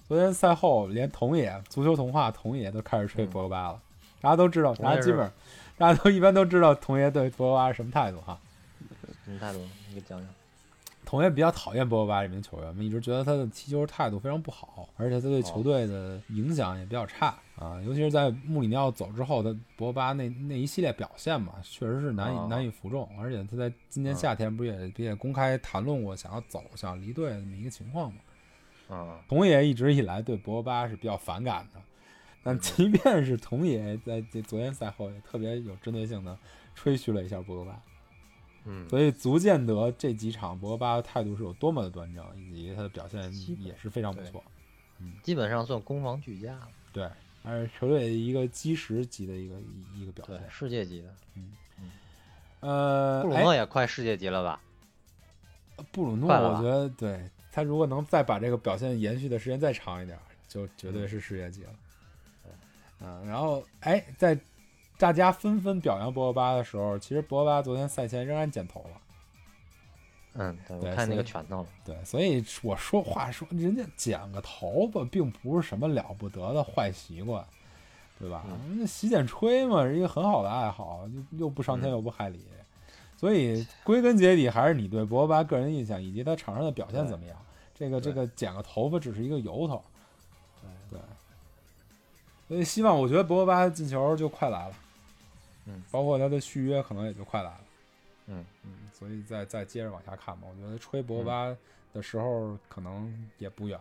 Speaker 2: 昨天赛后连童爷足球童话童爷都开始吹
Speaker 3: 嗯
Speaker 2: 博格巴了，大家都知道，
Speaker 3: 童
Speaker 2: 大家
Speaker 3: 爷
Speaker 2: 基
Speaker 3: 是
Speaker 2: 本大家都一般都知道童爷对博格巴是什么态度哈。
Speaker 3: 什么态度？你给讲讲。
Speaker 2: 同也比较讨厌博格巴这名球员，我们一直觉得他的踢球态度非常不好，而且他对球队的影响也比较差啊。尤其是在穆里尼奥走之后，他博格巴那那一系列表现嘛，确实是难以、
Speaker 3: 哦
Speaker 2: 难以服众。而且他在今年
Speaker 3: 嗯
Speaker 2: 夏天不也、不也公开谈论过想要走、想要离队的这么一个情况嘛？
Speaker 3: 嗯，
Speaker 2: 童爷一直以来对博格巴是比较反感的，
Speaker 3: 嗯
Speaker 2: 但即便是童爷在这昨天赛后也特别有针对性的吹嘘了一下博格巴。
Speaker 3: 嗯，
Speaker 2: 所以足见得这几场博格巴的态度是有多么的端正，以及他的表现也是非常不错。
Speaker 3: 基本上算攻防俱佳了。
Speaker 2: 对，而是球队一个基石级的一个一个表
Speaker 3: 对
Speaker 2: 现，。
Speaker 3: 世界级的。
Speaker 2: 呃，
Speaker 3: 布鲁
Speaker 2: 哎
Speaker 3: 诺也快世界级了吧？
Speaker 2: 布鲁诺，
Speaker 3: 快了
Speaker 2: 我
Speaker 3: 吧
Speaker 2: 觉得对他如果能再把这个表现延续的时间再长一点，就绝对是世界级了。嗯，然后哎，在大家纷纷表扬博格巴的时候，其实博格巴昨天赛前仍然剪头了。
Speaker 3: 嗯，对，
Speaker 2: 对
Speaker 3: 我看
Speaker 2: 所
Speaker 3: 那个
Speaker 2: 以
Speaker 3: 拳头了。
Speaker 2: 对，所以我说话说，人家剪个头发并不是什么了不得的坏习惯，对吧？
Speaker 3: 嗯
Speaker 2: 那洗剪吹嘛，是一个很好的爱好，又又不伤
Speaker 3: 嗯
Speaker 2: 天又不害理。所以归根结底，还是你对博格巴个人印象以及他场上的表现怎么样。这个这
Speaker 3: 对
Speaker 2: 个剪个头发只是一个由头，对。所以希望，我觉得博格巴进球就快来了，
Speaker 3: 嗯，
Speaker 2: 包括他的续约可能也就快来了。
Speaker 3: 嗯，
Speaker 2: 嗯，所以再再接着往下看吧。我觉得吹博格巴的时候可能也不远，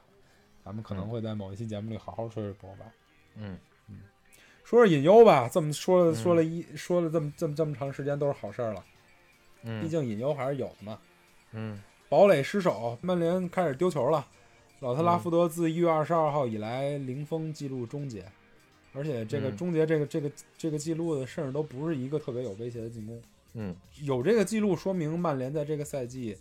Speaker 2: 咱们可能
Speaker 3: 嗯
Speaker 2: 会在某一期节目里好好吹吹博格巴。
Speaker 3: 嗯，
Speaker 2: 说说隐忧吧，这么说了说了一、说了这么这么这么长时间都是好事儿了，毕
Speaker 3: 嗯，
Speaker 2: 竟隐忧还是有的嘛。
Speaker 3: 嗯，
Speaker 2: 堡垒失守，曼联开始丢球了。老特
Speaker 3: 嗯
Speaker 2: 拉福德自一月二十二号以来零封记录终结，而且这个
Speaker 3: 嗯
Speaker 2: 终结这个这个这个记录的甚至都不是一个特别有威胁的进攻。
Speaker 3: 嗯，
Speaker 2: 有这个记录，说明曼联在这个赛季，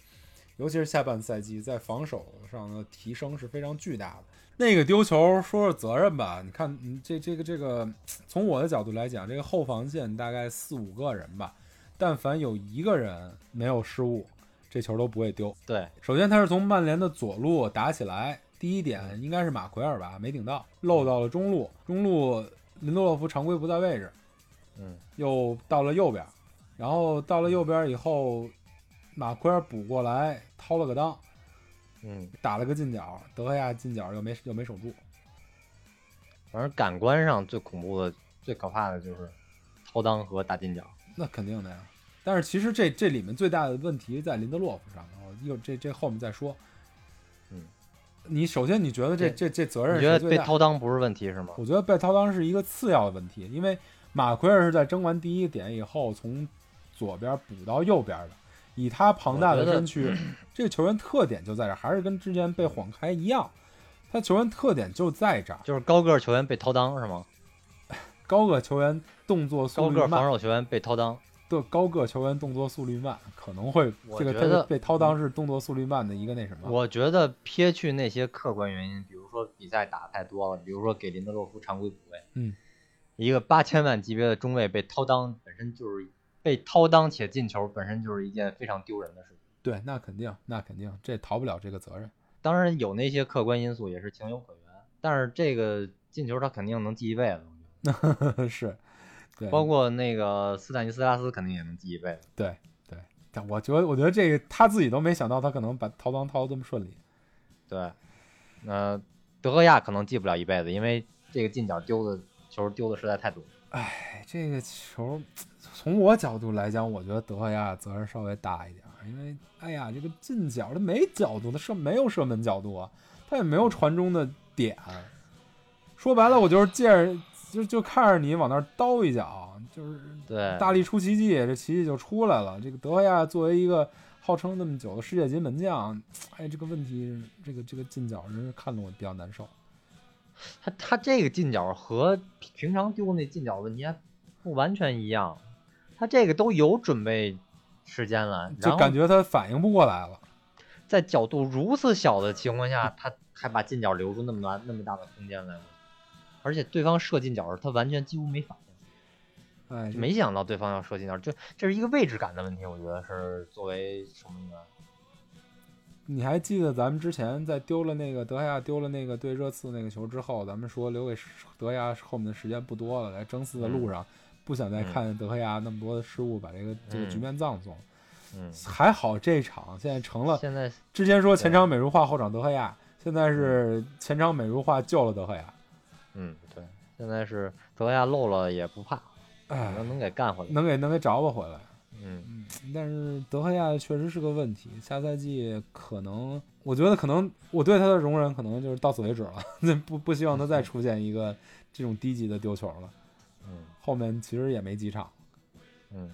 Speaker 2: 尤其是下半赛季，在防守上的提升是非常巨大的。那个丢球，说说责任吧。你看，嗯，这这个这个，从我的角度来讲，这个后防线大概四五个人吧，但凡有一个人没有失误，这球都不会丢。
Speaker 3: 对，
Speaker 2: 首先，他是从曼联的左路打起来，第一点应该是马奎尔吧，没顶到，漏到了中路，中路林多洛夫常规不在位置，
Speaker 3: 嗯，
Speaker 2: 又到了右边，然后到了右边以后，马奎尔补过来掏了个裆，
Speaker 3: 嗯，
Speaker 2: 打了个近角，德赫亚近角又没又没守住，
Speaker 3: 反正感官上最恐怖的、最可怕的就是掏裆和打近角。
Speaker 2: 那肯定的呀。但是其实这这里面最大的问题在林德洛夫上面，我一会儿这这后面再说。
Speaker 3: 嗯，
Speaker 2: 你首先你觉得这这
Speaker 3: 对
Speaker 2: 这责任
Speaker 3: 你觉得
Speaker 2: 谁最
Speaker 3: 被
Speaker 2: 大
Speaker 3: 掏裆不是问题是吗？
Speaker 2: 我觉得被掏裆是一个次要的问题，因为马奎尔是在争完第一点以后，从左边补到右边的，以他庞大的
Speaker 3: 我觉得
Speaker 2: 身 躯，这个球员特点就在这儿，还是跟之前被晃开一样，他球员特点就在这儿，
Speaker 3: 就是高个儿球员被掏裆是吗？
Speaker 2: 高个球员动作速
Speaker 3: 高
Speaker 2: 率
Speaker 3: 个儿防
Speaker 2: 慢，
Speaker 3: 守球员被掏裆。
Speaker 2: 对高个球员动作速率慢，可能会
Speaker 3: 我
Speaker 2: 这个
Speaker 3: 觉
Speaker 2: 他
Speaker 3: 得嗯
Speaker 2: 被掏裆是动作速率慢的一个那什么，
Speaker 3: 我觉得撇去那些客观原因，比如说比赛打得太多了，比如说给林德洛夫常规补位，
Speaker 2: 嗯，
Speaker 3: 一个八千万级别的中卫被掏裆，本身就是被掏裆且进球，本身就是一件非常丢人的事情。
Speaker 2: 对，那肯定，那肯定，这逃不了这个责任。
Speaker 3: 当然有那些客观因素也是情有可原，但是这个进球他肯定能记一辈子，我觉得
Speaker 2: 是，对，
Speaker 3: 包括那个斯坦尼斯拉斯肯定也能记一辈子。
Speaker 2: 对对，但我觉得，我觉得这个他自己都没想到，他可能把掏裆掏得这么顺利。
Speaker 3: 对，呃，德赫亚可能记不了一辈子，因为这个近角丢的球丢的实在太多。
Speaker 2: 哎，这个球，从我角度来讲，我觉得德赫亚责任稍微大一点儿，因为哎呀，这个近角他没角度，他射没有射门角度啊，他也没有传中的点。说白了，我就是借着就就看着你往那儿叨一脚，就是
Speaker 3: 对，
Speaker 2: 大力出奇迹，这奇迹就出来了。这个德赫亚作为一个号称那么久的世界级门将，哎，这个问题，这个这个进角真是看得我比较难受。
Speaker 3: 他他这个进角和平常丢那进角问题还不完全一样，他这个都有准备时间了，然
Speaker 2: 就
Speaker 3: 后
Speaker 2: 感觉他反应不过来了。
Speaker 3: 在角度如此小的情况下，他还把进角留出那么大那么大的空间来了，而且对方射进角时，他完全几乎没反应，
Speaker 2: 哎，
Speaker 3: 没想到对方要射进角，这这是一个位置感的问题，我觉得是作为守门员，
Speaker 2: 你还记得咱们之前在丢了那个德赫亚丢了那个对热刺那个球之后，咱们说留给德赫亚后面的时间不多了，在争四的
Speaker 3: 嗯
Speaker 2: 路上，不想再看德赫亚那么多的失误，把这个、这个局面葬送。
Speaker 3: 嗯，
Speaker 2: 还好这场现在成了
Speaker 3: 现在
Speaker 2: 之前说前场美如画，后场德赫亚，现在是前场美如画救了德赫亚，
Speaker 3: 嗯对，现在是德亚漏了也不怕，
Speaker 2: 哎
Speaker 3: 反，正能给干回来，
Speaker 2: 能给能给找我回来。
Speaker 3: 嗯
Speaker 2: 嗯，但是德赫亚确实是个问题，下赛季可能，我觉得可能我对他的容忍可能就是到此为止了， 那不不希望他再出现一个这种低级的丢球了。
Speaker 3: 嗯
Speaker 2: 后面其实也没几场。
Speaker 3: 嗯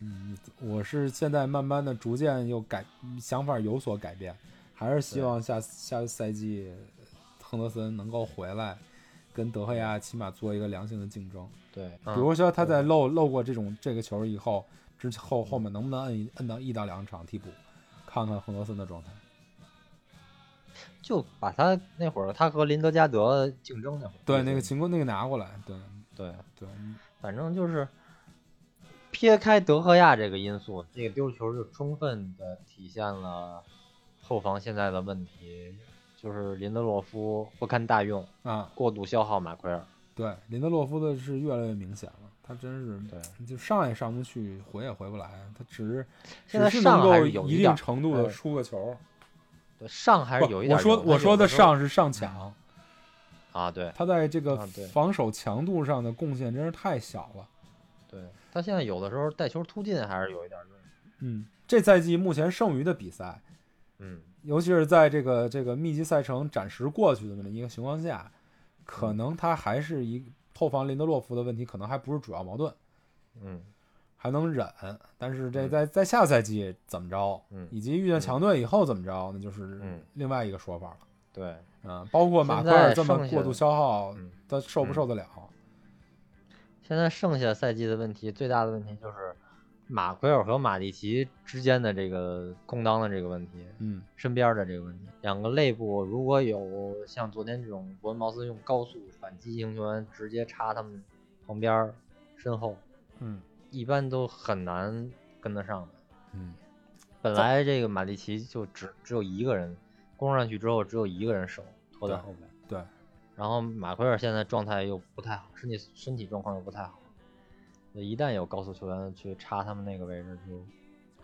Speaker 2: 嗯，我是现在慢慢的逐渐又改想法有所改变，还是希望下下赛季亨德森能够回来，跟德赫亚起码做一个良性的竞争。
Speaker 3: 嗯对，
Speaker 2: 比如说他在漏漏过这种这个球以后，之后后面能不能摁一摁到一到两场替补，看看亨德森的状态。
Speaker 3: 就把他那会儿他和林德加德竞争那会儿，
Speaker 2: 对，那个情况那个拿过来，对
Speaker 3: 对，
Speaker 2: 对，
Speaker 3: 反正就是撇开德赫亚这个因素，这个丢球就充分的体现了后防现在的问题，就是林德洛夫不堪大用，
Speaker 2: 啊，
Speaker 3: 过度消耗马奎尔。
Speaker 2: 对，林德洛夫的是越来越明显了，他真是
Speaker 3: 对，
Speaker 2: 就上也上不去，回也回不来，他只是
Speaker 3: 现在
Speaker 2: 只是
Speaker 3: 上
Speaker 2: 能
Speaker 3: 还
Speaker 2: 够
Speaker 3: 是有一
Speaker 2: 一
Speaker 3: 点
Speaker 2: 定
Speaker 3: 儿
Speaker 2: 程度的
Speaker 3: 呃
Speaker 2: 出个球。
Speaker 3: 对上还是
Speaker 2: 不
Speaker 3: 有一
Speaker 2: 我
Speaker 3: 点
Speaker 2: 说
Speaker 3: 用
Speaker 2: 我
Speaker 3: 他
Speaker 2: 说
Speaker 3: 有的时候
Speaker 2: 上是上抢，
Speaker 3: 啊，对
Speaker 2: 他在这个
Speaker 3: 啊对
Speaker 2: 防守强度上的贡献真是太小了。
Speaker 3: 对，他现在有的时候带球突进还是有一点用。
Speaker 2: 嗯，这赛季目前剩余的比赛，
Speaker 3: 嗯，
Speaker 2: 尤其是在这个这个密集赛程暂时过去的这么一个情况下，
Speaker 3: 嗯
Speaker 2: 可能他还是一后防林德洛夫的问题，可能还不是主要矛盾，
Speaker 3: 嗯，
Speaker 2: 还能忍。但是这
Speaker 3: 嗯
Speaker 2: 在在下赛季怎么着，
Speaker 3: 嗯
Speaker 2: 以及遇见强队以后怎么着，那就是
Speaker 3: 嗯
Speaker 2: 另外一个说法了。
Speaker 3: 对，
Speaker 2: 嗯，包括马奎尔这么过度消耗
Speaker 3: 现在剩下的嗯，
Speaker 2: 他受不受得了？
Speaker 3: 现在剩下赛季的问题，最大的问题就是马奎尔和马蒂奇之间的这个空当的这个问题，
Speaker 2: 嗯，
Speaker 3: 身边的这个问题。两个内部如果有像昨天这种伯恩茅斯用高速反击型球员直接插他们旁边儿身后，
Speaker 2: 嗯
Speaker 3: 一般都很难跟得上的。
Speaker 2: 嗯，
Speaker 3: 本来这个马蒂奇就只只有一个人攻上去之后，只有一个人守拖在
Speaker 2: 对
Speaker 3: 后面。
Speaker 2: 对，
Speaker 3: 然后马奎尔现在状态又不太好，身体身体状况又不太好，所以一旦有高速球员去插他们那个位置，就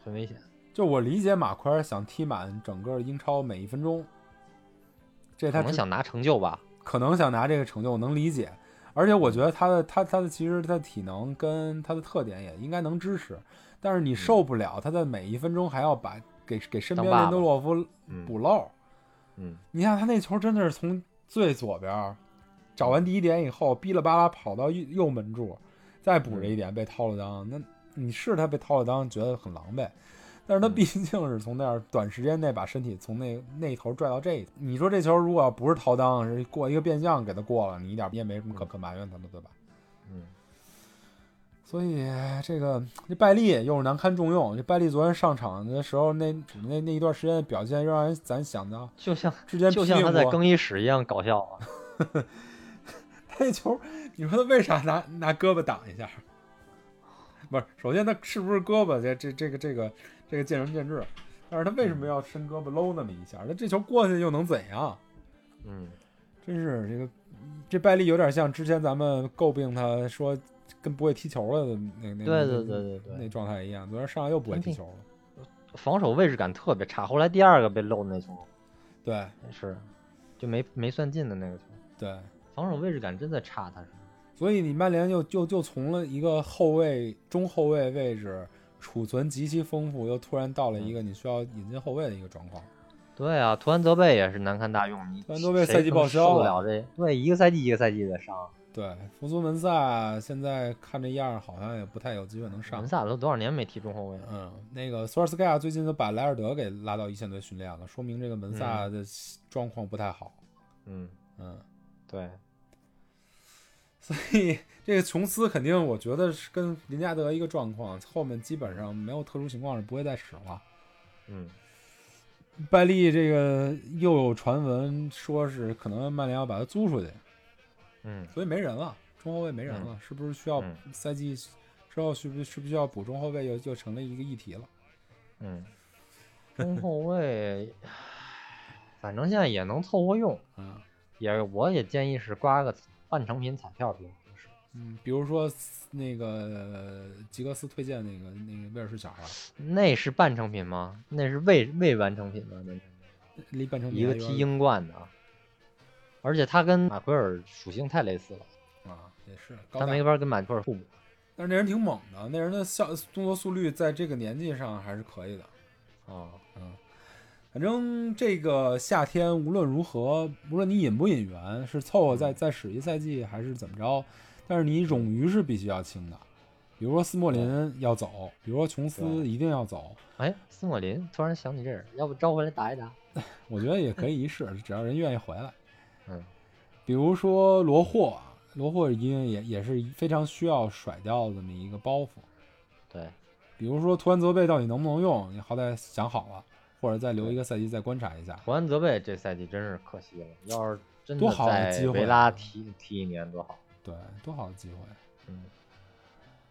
Speaker 3: 很危险。
Speaker 2: 就我理解，马奎尔想踢满整个英超每一分钟，这
Speaker 3: 可
Speaker 2: 他
Speaker 3: 能
Speaker 2: 之
Speaker 3: 想拿成就吧，
Speaker 2: 可能想拿这个成就，我能理解。而且我觉得他的他他的其实他的体能跟他的特点也应该能支持，但是你受不了他在每一分钟还要把给给身边
Speaker 3: 嗯当爸爸
Speaker 2: 林德洛夫
Speaker 3: 嗯
Speaker 2: 补漏。
Speaker 3: 嗯，
Speaker 2: 你看他那球真的是从最左边儿找完第一点以后，哔啦吧啦跑到右右门柱，再补
Speaker 3: 嗯
Speaker 2: 这一点被掏了裆。那你是他被掏了裆，觉得很狼狈，但是他
Speaker 3: 嗯
Speaker 2: 毕竟是从那儿短时间内把身体从那那一头拽到这一头。你说这球如果要不是掏裆，是过一个变向给他过了，你一点也没什么可可埋怨他的，对吧？
Speaker 3: 嗯，
Speaker 2: 所以这个这拜利又是难堪重用。这拜利昨天上场的时候，那那那一段时间的表现，让人咱想到
Speaker 3: 就像
Speaker 2: 之前
Speaker 3: 就
Speaker 2: 批
Speaker 3: 像
Speaker 2: 评
Speaker 3: 他在
Speaker 2: 过
Speaker 3: 更衣室一样搞笑啊。
Speaker 2: 那球，你说他为啥拿拿胳膊挡一下？不是，首先他是不是胳膊这这这个这个这个见仁见智，但是他为什么要伸胳膊搂那么一下？那这球过去又能怎样？
Speaker 3: 嗯，
Speaker 2: 真是这个这拜利有点像之前咱们诟病他说跟不会踢球了的那那
Speaker 3: 对对对对
Speaker 2: 那
Speaker 3: 对，
Speaker 2: 状态一样，昨天上来又不会踢球了。
Speaker 3: 防守位置感特别差。后来第二个被漏的那球
Speaker 2: 对
Speaker 3: 也是，就没没算进的那个球，
Speaker 2: 对，
Speaker 3: 防守位置感真的差，他是。
Speaker 2: 所以你曼联又就就从了一个后卫、中后卫位置储存极其丰富，又突然到了一个你需要引进后卫的一个状况。
Speaker 3: 对啊，图安泽贝也是难堪大用，你
Speaker 2: 图安泽贝
Speaker 3: 谁
Speaker 2: 赛季
Speaker 3: 能
Speaker 2: 报销
Speaker 3: 受不
Speaker 2: 了
Speaker 3: 了这，对，一个赛季一个赛季的伤。
Speaker 2: 对，福苏门萨现在看这样儿好像也不太有机会能上
Speaker 3: 门。萨都多少年没踢中后卫了？
Speaker 2: 嗯，那个索尔斯盖亚最近就把莱尔德给拉到一线队训练了，说明这个门萨的状况不太好。
Speaker 3: 嗯，
Speaker 2: 嗯，
Speaker 3: 对，
Speaker 2: 所以这个琼斯肯定我觉得是跟林加德一个状况，后面基本上没有特殊情况是不会再使了。
Speaker 3: 嗯，
Speaker 2: 拜利这个又有传闻说是可能曼联要把他租出去，
Speaker 3: 嗯，
Speaker 2: 所以没人了，中后卫没人了，是不是需要
Speaker 3: 嗯
Speaker 2: 赛季之后需不需不需要补中后卫又又成了一个议题了？
Speaker 3: 嗯，中后卫，唉反正现在也能凑合用，
Speaker 2: 啊，
Speaker 3: 也我也建议是刮个半成品彩票比较合适。
Speaker 2: 嗯，比如说那个吉格斯推荐那个那个威尔士小孩儿，
Speaker 3: 那是半成品吗？那是未未完成品吗？那是
Speaker 2: 离半程
Speaker 3: 一个踢英冠的啊，而且他跟马奎尔属性太类似了，
Speaker 2: 啊，也是高
Speaker 3: 他
Speaker 2: 大
Speaker 3: 没法跟马奎尔互补。
Speaker 2: 但是那人挺猛的，那人的效动作速率在这个年纪上还是可以的。
Speaker 3: 啊，
Speaker 2: 哦反正这个夏天无论如何，无论你引不引援，是凑合再
Speaker 3: 嗯
Speaker 2: 再使一赛季还是怎么着，但是你冗余是必须要清的。比如说斯莫林要走，比如说琼斯
Speaker 3: 对
Speaker 2: 一定要走，
Speaker 3: 哎，斯莫林，突然想起这人，要不招回来打一打？
Speaker 2: 我觉得也可以一试，只要人愿意回来。
Speaker 3: 嗯，
Speaker 2: 比如说罗霍啊，罗霍一定也也是非常需要甩掉这么一个包袱。
Speaker 3: 对，
Speaker 2: 比如说图安泽贝到底能不能用，你好歹想好了，或者再留一个赛季再观察一下。
Speaker 3: 图安泽贝这赛季真是可惜了，要是真
Speaker 2: 多
Speaker 3: 的
Speaker 2: 好的
Speaker 3: 在
Speaker 2: 机会
Speaker 3: 维
Speaker 2: 啊
Speaker 3: 拉踢踢一年多好。
Speaker 2: 对，多好的机会。
Speaker 3: 嗯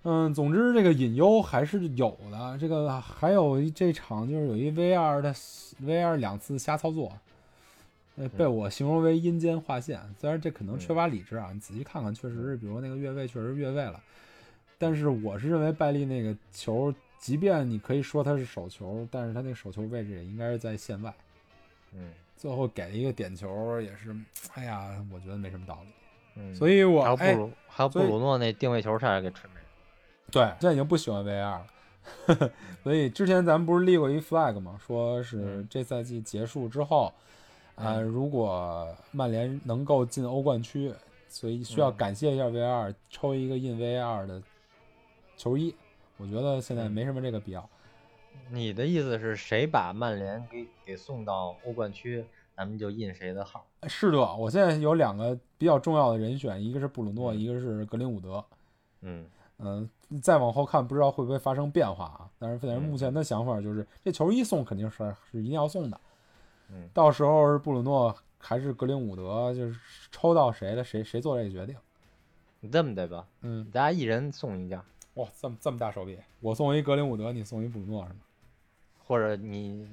Speaker 2: 嗯，总之这个隐忧还是有的。这个还有一这场就是有一 VR 的 VR 两次瞎操作，呃，被
Speaker 3: 嗯
Speaker 2: 我形容为阴间划线。虽然这可能缺乏理智啊，你仔细看看，确实
Speaker 3: 嗯
Speaker 2: 是，比如那个越位确实越位了，但是我是认为拜利那个球，即便你可以说它是手球，但是他那个手球位置也应该是在线外。
Speaker 3: 嗯
Speaker 2: 最后给了一个点球，也是，哎呀，我觉得没什么道理。
Speaker 3: 嗯，
Speaker 2: 所以我
Speaker 3: 还有
Speaker 2: 哎
Speaker 3: 布鲁，还有布
Speaker 2: 所以
Speaker 3: 鲁诺那定位球差点给吹没了。
Speaker 2: 对，现在已经不喜欢 VR 了。 所以之前咱们不是立过一 flag 吗？说是
Speaker 3: 嗯
Speaker 2: 这赛季结束之后，啊、如果曼联能够进欧冠区，所以需要
Speaker 3: 嗯
Speaker 2: 感谢一下 VR，、抽一个印 VR 的球衣。我觉得
Speaker 3: 嗯
Speaker 2: 现在没什么这个必要。
Speaker 3: 你的意思是谁把曼联给给送到欧冠区，咱们就印谁的号？
Speaker 2: 呃是的，我现在有两个比较重要的人选，一个是布鲁诺，
Speaker 3: 嗯
Speaker 2: 一个是格林伍德。
Speaker 3: 嗯
Speaker 2: 嗯，再往后看不知道会不会发生变化啊。但是反正
Speaker 3: 嗯
Speaker 2: 目前的想法就是，这球衣送肯定是是一定要送的。
Speaker 3: 嗯
Speaker 2: 到时候是布鲁诺还是格林伍德，就是抽到谁了，谁谁做这个决定。
Speaker 3: 你这么的吧，
Speaker 2: 嗯，
Speaker 3: 大家一人送一件，
Speaker 2: 哇，这么这么大手笔，我送一格林伍德，你送一布鲁诺是吗？
Speaker 3: 或者你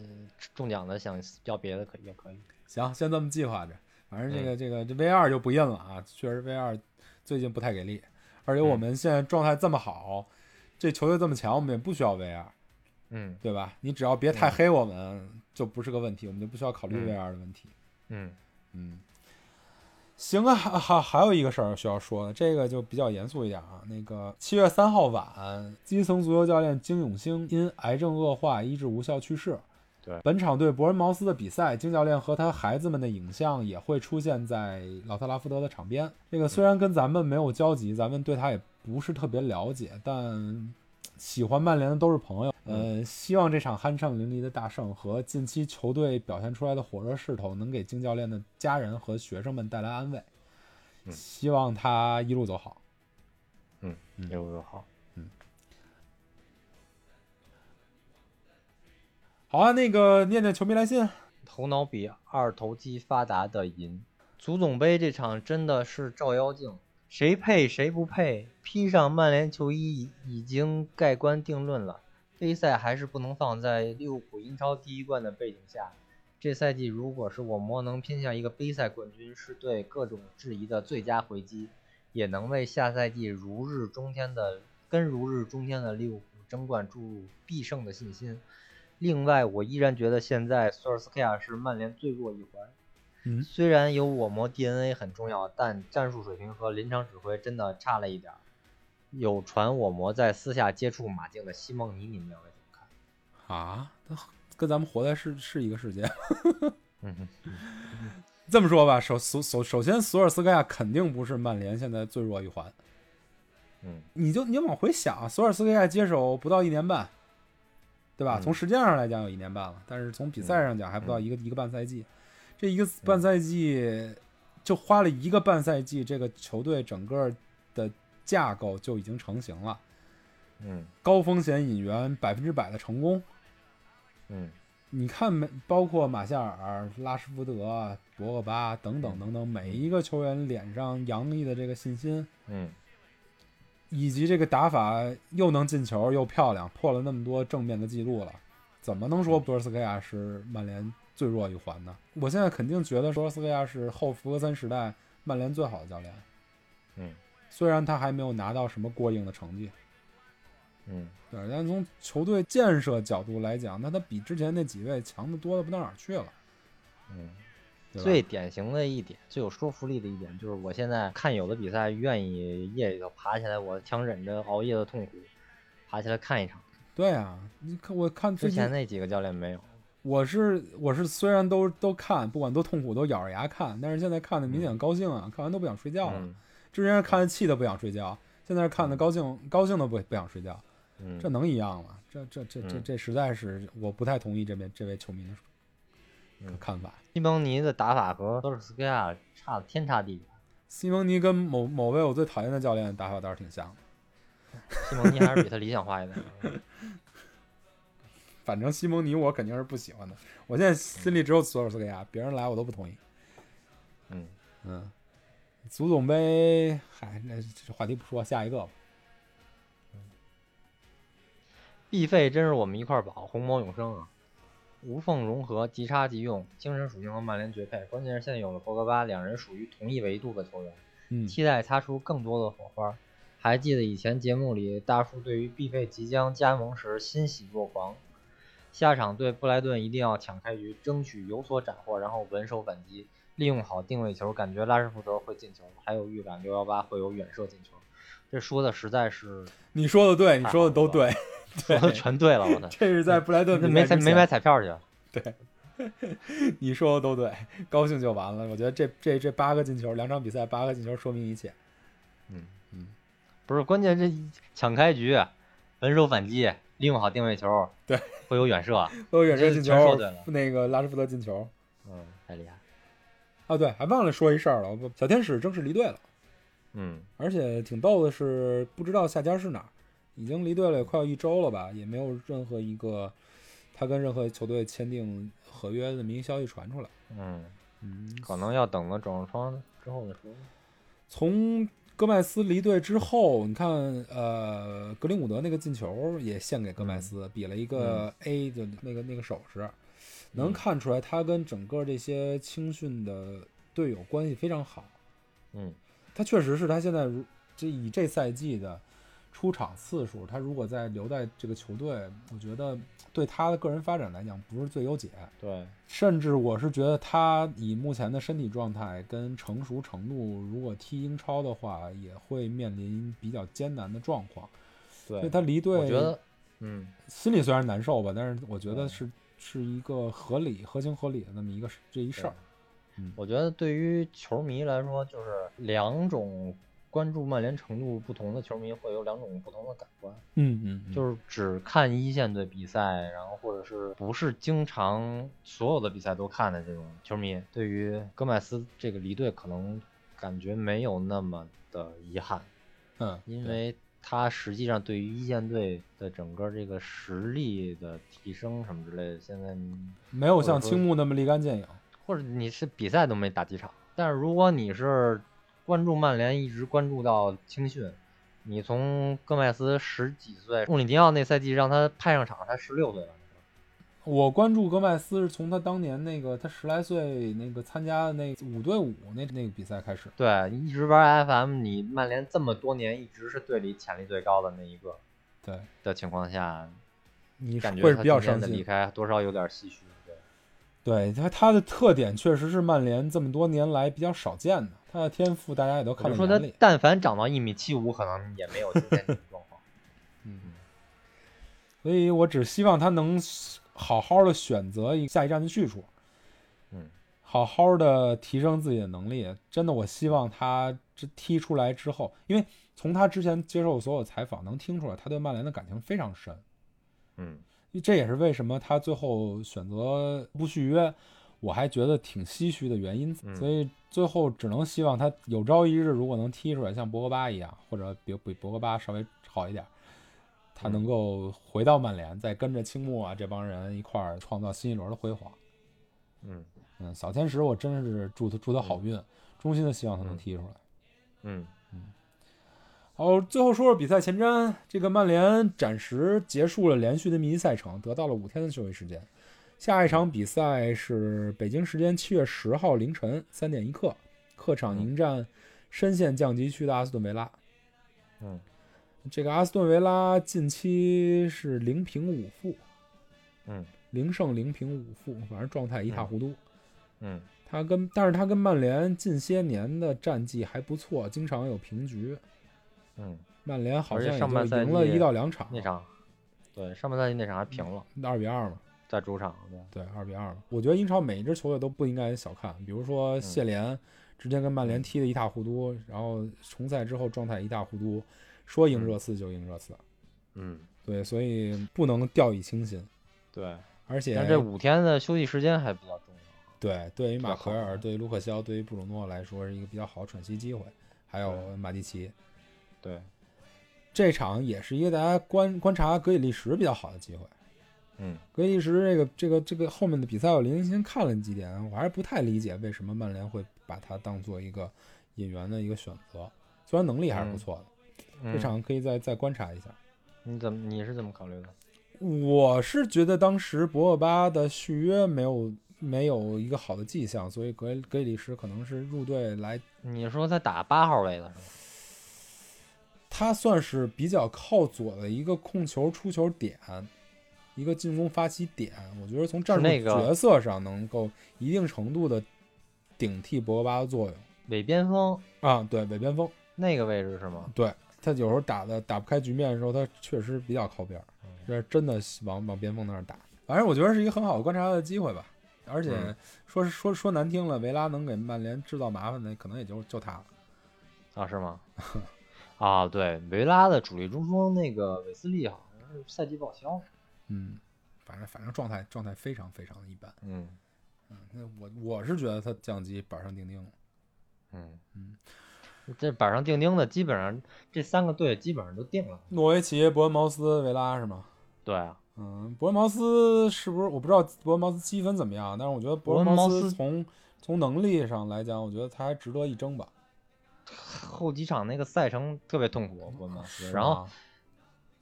Speaker 3: 中奖的想要别的可也可以。
Speaker 2: 行，先这么计划着。反正这个、这个这 V 二就不印了啊，确实 V 二最近不太给力，而且我们现在状态这么好，这球队这么强，我们也不需要 V 二，
Speaker 3: 嗯
Speaker 2: 对吧？你只要别太黑我们，就不是个问题，我们就不需要考虑
Speaker 3: 嗯
Speaker 2: V 二的问题。
Speaker 3: 嗯
Speaker 2: 嗯，行啊，还还还有一个事儿需要说的，这个就比较严肃一点啊。那个七月三号晚，基层足球教练金永兴因癌症恶化医治无效去世。
Speaker 3: 对
Speaker 2: 本场对伯恩茅斯的比赛，金教练和他孩子们的影像也会出现在老特拉福德的场边。这个虽然跟咱们没有交集，咱们对他也不是特别了解，但喜欢曼联的都是朋友。呃，希望这场酣畅淋漓的大胜和近期球队表现出来的火热势头，能给金教练的家人和学生们带来安慰。
Speaker 3: 嗯
Speaker 2: 希望他一路走好。
Speaker 3: 嗯，刘刘好。
Speaker 2: 好啊，那个念念球迷来信，
Speaker 3: 头脑比二头肌发达的银。足总杯这场真的是照妖镜，谁配谁不配，披上曼联球衣已经盖棺定论了。杯赛还是不能放在利物浦英超第一冠的背景下。这赛季如果是我魔能拼下一个杯赛冠军，是对各种质疑的最佳回击，也能为下赛季如日中天的跟如日中天的利物浦争冠注入必胜的信心。另外，我依然觉得现在索尔斯克亚是曼联最弱一环。
Speaker 2: 嗯
Speaker 3: 虽然有我魔 DNA 很重要，但战术水平和临场指挥真的差了一点儿。有传我魔在私下接触马竞的西蒙尼，你们两位怎么看？
Speaker 2: 啊，跟咱们活在是是一个世界。
Speaker 3: 嗯哼，
Speaker 2: 这么说吧，首首首首先，索尔斯克亚肯定不是曼联现在最弱一环。
Speaker 3: 嗯，
Speaker 2: 你就你就往回想，索尔斯克亚接手不到一年半，对吧？
Speaker 3: 嗯
Speaker 2: 从时间上来讲有一年半了，但是从比赛上讲还不到一个、一个半赛季。这一个
Speaker 3: 嗯
Speaker 2: 半赛季就花了一个半赛季，这个球队整个的架构就已经成型了。
Speaker 3: 嗯
Speaker 2: 高风险引援百分之百的成功，
Speaker 3: 嗯
Speaker 2: 你看每包括马夏尔、拉什福德、博格巴等
Speaker 3: 嗯
Speaker 2: 等等等，每一个球员脸上洋溢的这个信心，
Speaker 3: 嗯
Speaker 2: 以及这个打法又能进球又漂亮，破了那么多正面的记录了，怎么能说博尔斯克亚是曼联最弱一环呢？我现在肯定觉得博尔斯克亚是后弗格森时代曼联最好的教练，
Speaker 3: 嗯
Speaker 2: 虽然他还没有拿到什么过硬的成绩，
Speaker 3: 嗯
Speaker 2: 对，但从球队建设角度来讲，那他比之前那几位强的多了不到哪儿去了，
Speaker 3: 嗯。
Speaker 2: 对吧
Speaker 3: 最典型的一点，最有说服力的一点，就是我现在看有的比赛，愿意夜里头爬起来，我强忍着熬夜的痛苦，爬起来看一场。
Speaker 2: 对啊，你看我看最
Speaker 3: 之
Speaker 2: 近
Speaker 3: 前那几个教练没有。
Speaker 2: 我是我是虽然都都看，不管多痛苦都咬着牙看，但是现在看的明显高兴啊，看完都不想睡觉了。
Speaker 3: 嗯
Speaker 2: 之前是看的气的不想睡觉，现在是看的高兴高兴的不不想睡觉，
Speaker 3: 嗯，
Speaker 2: 这能一样吗？这这这这
Speaker 3: 嗯
Speaker 2: 这实在是我不太同意这边这位球迷的
Speaker 3: 嗯
Speaker 2: 看法。
Speaker 3: 西蒙尼的打法和多尔斯克亚差的天差地别。
Speaker 2: 西蒙尼跟某某位我最讨厌的教练的打法倒是挺像的，
Speaker 3: 西蒙尼还是比他理想化一点。
Speaker 2: 反正西蒙尼我肯定是不喜欢的。我现在心里只有索尔斯克亚，别人来我都不同意。
Speaker 3: 嗯
Speaker 2: 嗯，足总杯，嗨，那这话题不说，下一个吧。
Speaker 3: 必费真是我们一块儿宝，鸿毛永生啊！无缝融合，即插即用，精神属性和曼联绝配。关键是现在有了博格巴，两人属于同一维度的球员，
Speaker 2: 嗯，
Speaker 3: 期待擦出更多的火花。还记得以前节目里大叔对于必费即将加盟时欣喜若狂，下场对布莱顿一定要抢开局，争取有所斩获，然后稳守反击，利用好定位球，感觉拉什福德会进球，还有预感六幺八会有远射进球。这说的实在是
Speaker 2: 你说的对，你说的都
Speaker 3: 太好
Speaker 2: 对，
Speaker 3: 说的 全对了，我操！
Speaker 2: 这是在布莱顿
Speaker 3: 那
Speaker 2: 比
Speaker 3: 没
Speaker 2: 赛
Speaker 3: 彩
Speaker 2: 之
Speaker 3: 没
Speaker 2: 前
Speaker 3: 买彩票去。
Speaker 2: 你说的都对，高兴就完了。我觉得这这这八个进球，两场比赛八个进球，说明一切。
Speaker 3: 嗯
Speaker 2: 嗯，
Speaker 3: 不是，关键这一抢开局，稳守反击，利用好定位球，
Speaker 2: 对，
Speaker 3: 会有远 射。
Speaker 2: 都有远射进球
Speaker 3: 全说对了，
Speaker 2: 那个拉什福德进球
Speaker 3: 嗯，太厉害。
Speaker 2: 啊，对，还忘了说一事儿了，我小天使正式离队了，
Speaker 3: 嗯
Speaker 2: 而且挺逗的是，不知道下家是哪儿，已经离队了，也快要一周了吧，也没有任何一个他跟任何球队签订合约的这么一个消息传出来。
Speaker 3: 嗯，
Speaker 2: 嗯，
Speaker 3: 可能要等到转会窗之后再说。
Speaker 2: 从戈麦斯离队之后，你看，呃，格林伍德那个进球也献给戈麦斯，比了一个 A 的那个那个手势，能看出来他跟整个这些青训的队友关系非常好。
Speaker 3: 嗯
Speaker 2: 他确实是他现在如这以这赛季的出场次数，他如果再留在这个球队，我觉得对他的个人发展来讲不是最优解。
Speaker 3: 对，
Speaker 2: 甚至我是觉得他以目前的身体状态跟成熟程度，如果踢英超的话，也会面临比较艰难的状况。所以
Speaker 3: 对，
Speaker 2: 他离队，
Speaker 3: 我觉得，嗯
Speaker 2: 心里虽然难受吧，但是我觉得
Speaker 3: 对
Speaker 2: 是是一个合理、合情合理的那么一个事这一事儿。嗯
Speaker 3: 我觉得对于球迷来说，就是两种关注曼联程度不同的球迷会有两种不同的感官。
Speaker 2: 嗯嗯
Speaker 3: 就是只看一线队比赛，然后或者是不是经常所有的比赛都看的这种球迷，对于戈麦斯这个离队可能感觉没有那么的遗憾，
Speaker 2: 嗯，
Speaker 3: 因
Speaker 2: 对
Speaker 3: 为他实际上对于一线队的整个这个实力的提升什么之类的，现在你
Speaker 2: 没有
Speaker 3: 或者
Speaker 2: 像
Speaker 3: 说
Speaker 2: 青木那么立竿见影。
Speaker 3: 或者你是比赛都没打几场，但是如果你是关注曼联一直关注到青训，你从戈麦斯十几岁，穆里尼奥那赛季让他派上场，他十六岁了。
Speaker 2: 我关注戈麦斯是从他当年那个他十来岁那个参加的那五对五那那个比赛开始。
Speaker 3: 对，一直玩 FM，你曼联这么多年一直是队里潜力最高的那一个
Speaker 2: 对，
Speaker 3: 的情况下，
Speaker 2: 你
Speaker 3: 感觉
Speaker 2: 会
Speaker 3: 他
Speaker 2: 比较
Speaker 3: 今天
Speaker 2: 伤
Speaker 3: 的
Speaker 2: 心
Speaker 3: 离。开多少有点唏嘘。
Speaker 2: 对
Speaker 3: 对，
Speaker 2: 他，他的特点确实是曼联这么多年来比较少见的。他的天赋大家也都
Speaker 3: 我
Speaker 2: 看
Speaker 3: 就
Speaker 2: 在
Speaker 3: 说他
Speaker 2: 眼里。
Speaker 3: 但凡长到一米七五，可能也没有今天这种状况。
Speaker 2: 所以我只希望他能好好的选择一下一站的去处，
Speaker 3: 嗯，
Speaker 2: 好好的提升自己的能力。真的，我希望他这踢出来之后，因为从他之前接受所有采访能听出来，他对曼联的感情非常深。
Speaker 3: 嗯
Speaker 2: 这也是为什么他最后选择不续约，我还觉得挺唏嘘的原因。
Speaker 3: 嗯
Speaker 2: 所以最后只能希望他有朝一日如果能踢出来，像博格巴一样，或者比比博格巴稍微好一点，他
Speaker 3: 嗯
Speaker 2: 能够回到曼联，再跟着青木啊这帮人一块儿创造新一轮的辉煌。
Speaker 3: 嗯
Speaker 2: 嗯，小天使我真是祝他祝他好运，衷心的希望他能
Speaker 3: 嗯
Speaker 2: 踢出来。
Speaker 3: 嗯
Speaker 2: 好，最后说说比赛前瞻，这个曼联暂时结束了连续的密集赛程，得到了五天的休息时间。下一场比赛是北京时间七月十号凌晨三点一刻，客场迎战深陷降级区的阿斯顿维拉。
Speaker 3: 嗯
Speaker 2: 这个阿斯顿维拉近期是零平五负，
Speaker 3: 嗯
Speaker 2: 零胜零平五负，反正状态一塌糊涂。
Speaker 3: 嗯
Speaker 2: 他跟但是他跟曼联近些年的战绩还不错，经常有平局。
Speaker 3: 嗯，
Speaker 2: 曼联好
Speaker 3: 而且
Speaker 2: 像也
Speaker 3: 上半
Speaker 2: 就
Speaker 3: 赛
Speaker 2: 赢了
Speaker 3: 季
Speaker 2: 一到两场，
Speaker 3: 那场，对，上半赛季那场还平了，
Speaker 2: 二比二嘛。
Speaker 3: 在主场，对，
Speaker 2: 对，二比二了。我觉得英超每一支球队都不应该小看，比如
Speaker 3: 嗯
Speaker 2: 说谢联之前跟曼联踢得一塌糊涂，然后重赛之后状态一塌糊涂，说赢热刺就赢热刺，
Speaker 3: 嗯，
Speaker 2: 对，所以不能掉以轻心。
Speaker 3: 对，
Speaker 2: 而且
Speaker 3: 但这五天的休息时间还比较重要，
Speaker 2: 对对于马
Speaker 3: 较
Speaker 2: 奎
Speaker 3: 好嗯
Speaker 2: 尔、对于卢克肖、对于布鲁诺来说是一个比较好的喘息机会，还有
Speaker 3: 对
Speaker 2: 马蒂奇
Speaker 3: 对，
Speaker 2: 这场也是一个大家观观察格里利什比较好的机会。
Speaker 3: 嗯
Speaker 2: 格里利什这个这个这个后面的比赛，我临先看了几点，我还是不太理解为什么曼联会把他当做一个引援的一个选择。虽然能力还是不错的，
Speaker 3: 嗯
Speaker 2: 这场可以再再观察一下。
Speaker 3: 你怎么你是怎么考虑的？
Speaker 2: 我是觉得当时博格巴的续约没有没有一个好的迹象，所以格格里利什可能是入队来，
Speaker 3: 你说他打八号位的是吗？
Speaker 2: 他算是比较靠左的一个控球出球点，一个进攻发起点。我觉得从战术
Speaker 3: 是那个
Speaker 2: 角色上能够一定程度的顶替博格巴的作用。
Speaker 3: 伪边锋
Speaker 2: 啊，对，伪边锋，
Speaker 3: 那个位置是吗？
Speaker 2: 对他有时候打的打不开局面的时候，他确实比较靠边儿，
Speaker 3: 嗯
Speaker 2: 这真的是往往边锋那儿打。反正我觉得是一个很好的观察的机会吧。而且
Speaker 3: 嗯
Speaker 2: 说是说说难听了，维拉能给曼联制造麻烦的，可能也就就他了。
Speaker 3: 啊，是 吗？啊，对，维拉的主力中锋那个韦斯利好像是赛季报销。
Speaker 2: 嗯，反正反正状态状态非常非常的一般。
Speaker 3: 嗯
Speaker 2: 那我我是觉得他降级板上钉钉了。
Speaker 3: 嗯
Speaker 2: 嗯，
Speaker 3: 这板上钉钉的，基本上这三个队基本上都定了。
Speaker 2: 诺维奇、伯恩茅斯、维拉是吗？
Speaker 3: 对啊，
Speaker 2: 嗯，伯恩茅斯是不是我不知道伯恩茅斯积分怎么样，但是我觉得伯恩茅
Speaker 3: 伯恩茅
Speaker 2: 斯
Speaker 3: 斯
Speaker 2: 从从能力上来讲，我觉得他还值得一争吧。
Speaker 3: 后几场那个赛程特别痛苦，我们
Speaker 2: 是
Speaker 3: 然后
Speaker 2: 吗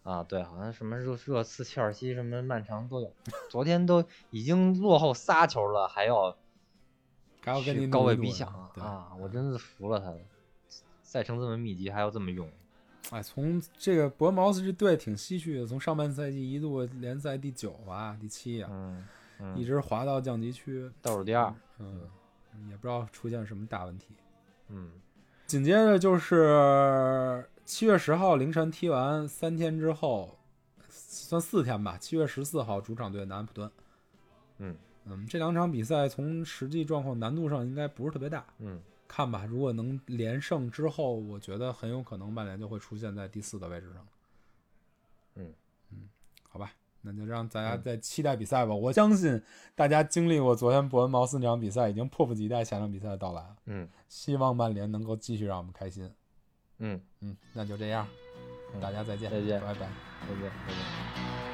Speaker 3: 啊，对，好像什么热热刺、切尔西什么曼城都有。昨天都已经落后仨球了，还要
Speaker 2: 还要跟
Speaker 3: 去
Speaker 2: 你
Speaker 3: 高
Speaker 2: 努一
Speaker 3: 位
Speaker 2: 努
Speaker 3: 逼
Speaker 2: 呢
Speaker 3: 抢
Speaker 2: 对
Speaker 3: 啊！我真是服了他了，赛程这么密集还要这么用。
Speaker 2: 哎，从这个伯恩茅斯这队挺唏嘘的，从上半赛季一度联赛第九啊、第七啊，
Speaker 3: 嗯
Speaker 2: 一
Speaker 3: 嗯，
Speaker 2: 直滑到降级区，
Speaker 3: 倒数第二。
Speaker 2: 嗯，也不知道出现什么大问题。
Speaker 3: 嗯
Speaker 2: 紧接着就是七月十号凌晨踢完三天之后，算四天吧，七月十四号主场对南安普顿。
Speaker 3: 嗯
Speaker 2: 嗯，这两场比赛从实际状况难度上应该不是特别大，
Speaker 3: 嗯
Speaker 2: 看吧。如果能连胜之后，我觉得很有可能曼联就会出现在第四的位置上。
Speaker 3: 嗯
Speaker 2: 好吧，那就让大家
Speaker 3: 嗯
Speaker 2: 再期待比赛吧。我相信大家经历过昨天伯恩茅斯那场比赛，已经迫不及待下场比赛的到来了。
Speaker 3: 嗯
Speaker 2: 希望曼联能够继续让我们开心。
Speaker 3: 嗯，
Speaker 2: 嗯，那就这样，
Speaker 3: 嗯
Speaker 2: 大家再见，
Speaker 3: 再见
Speaker 2: 拜拜。
Speaker 3: 再见再见。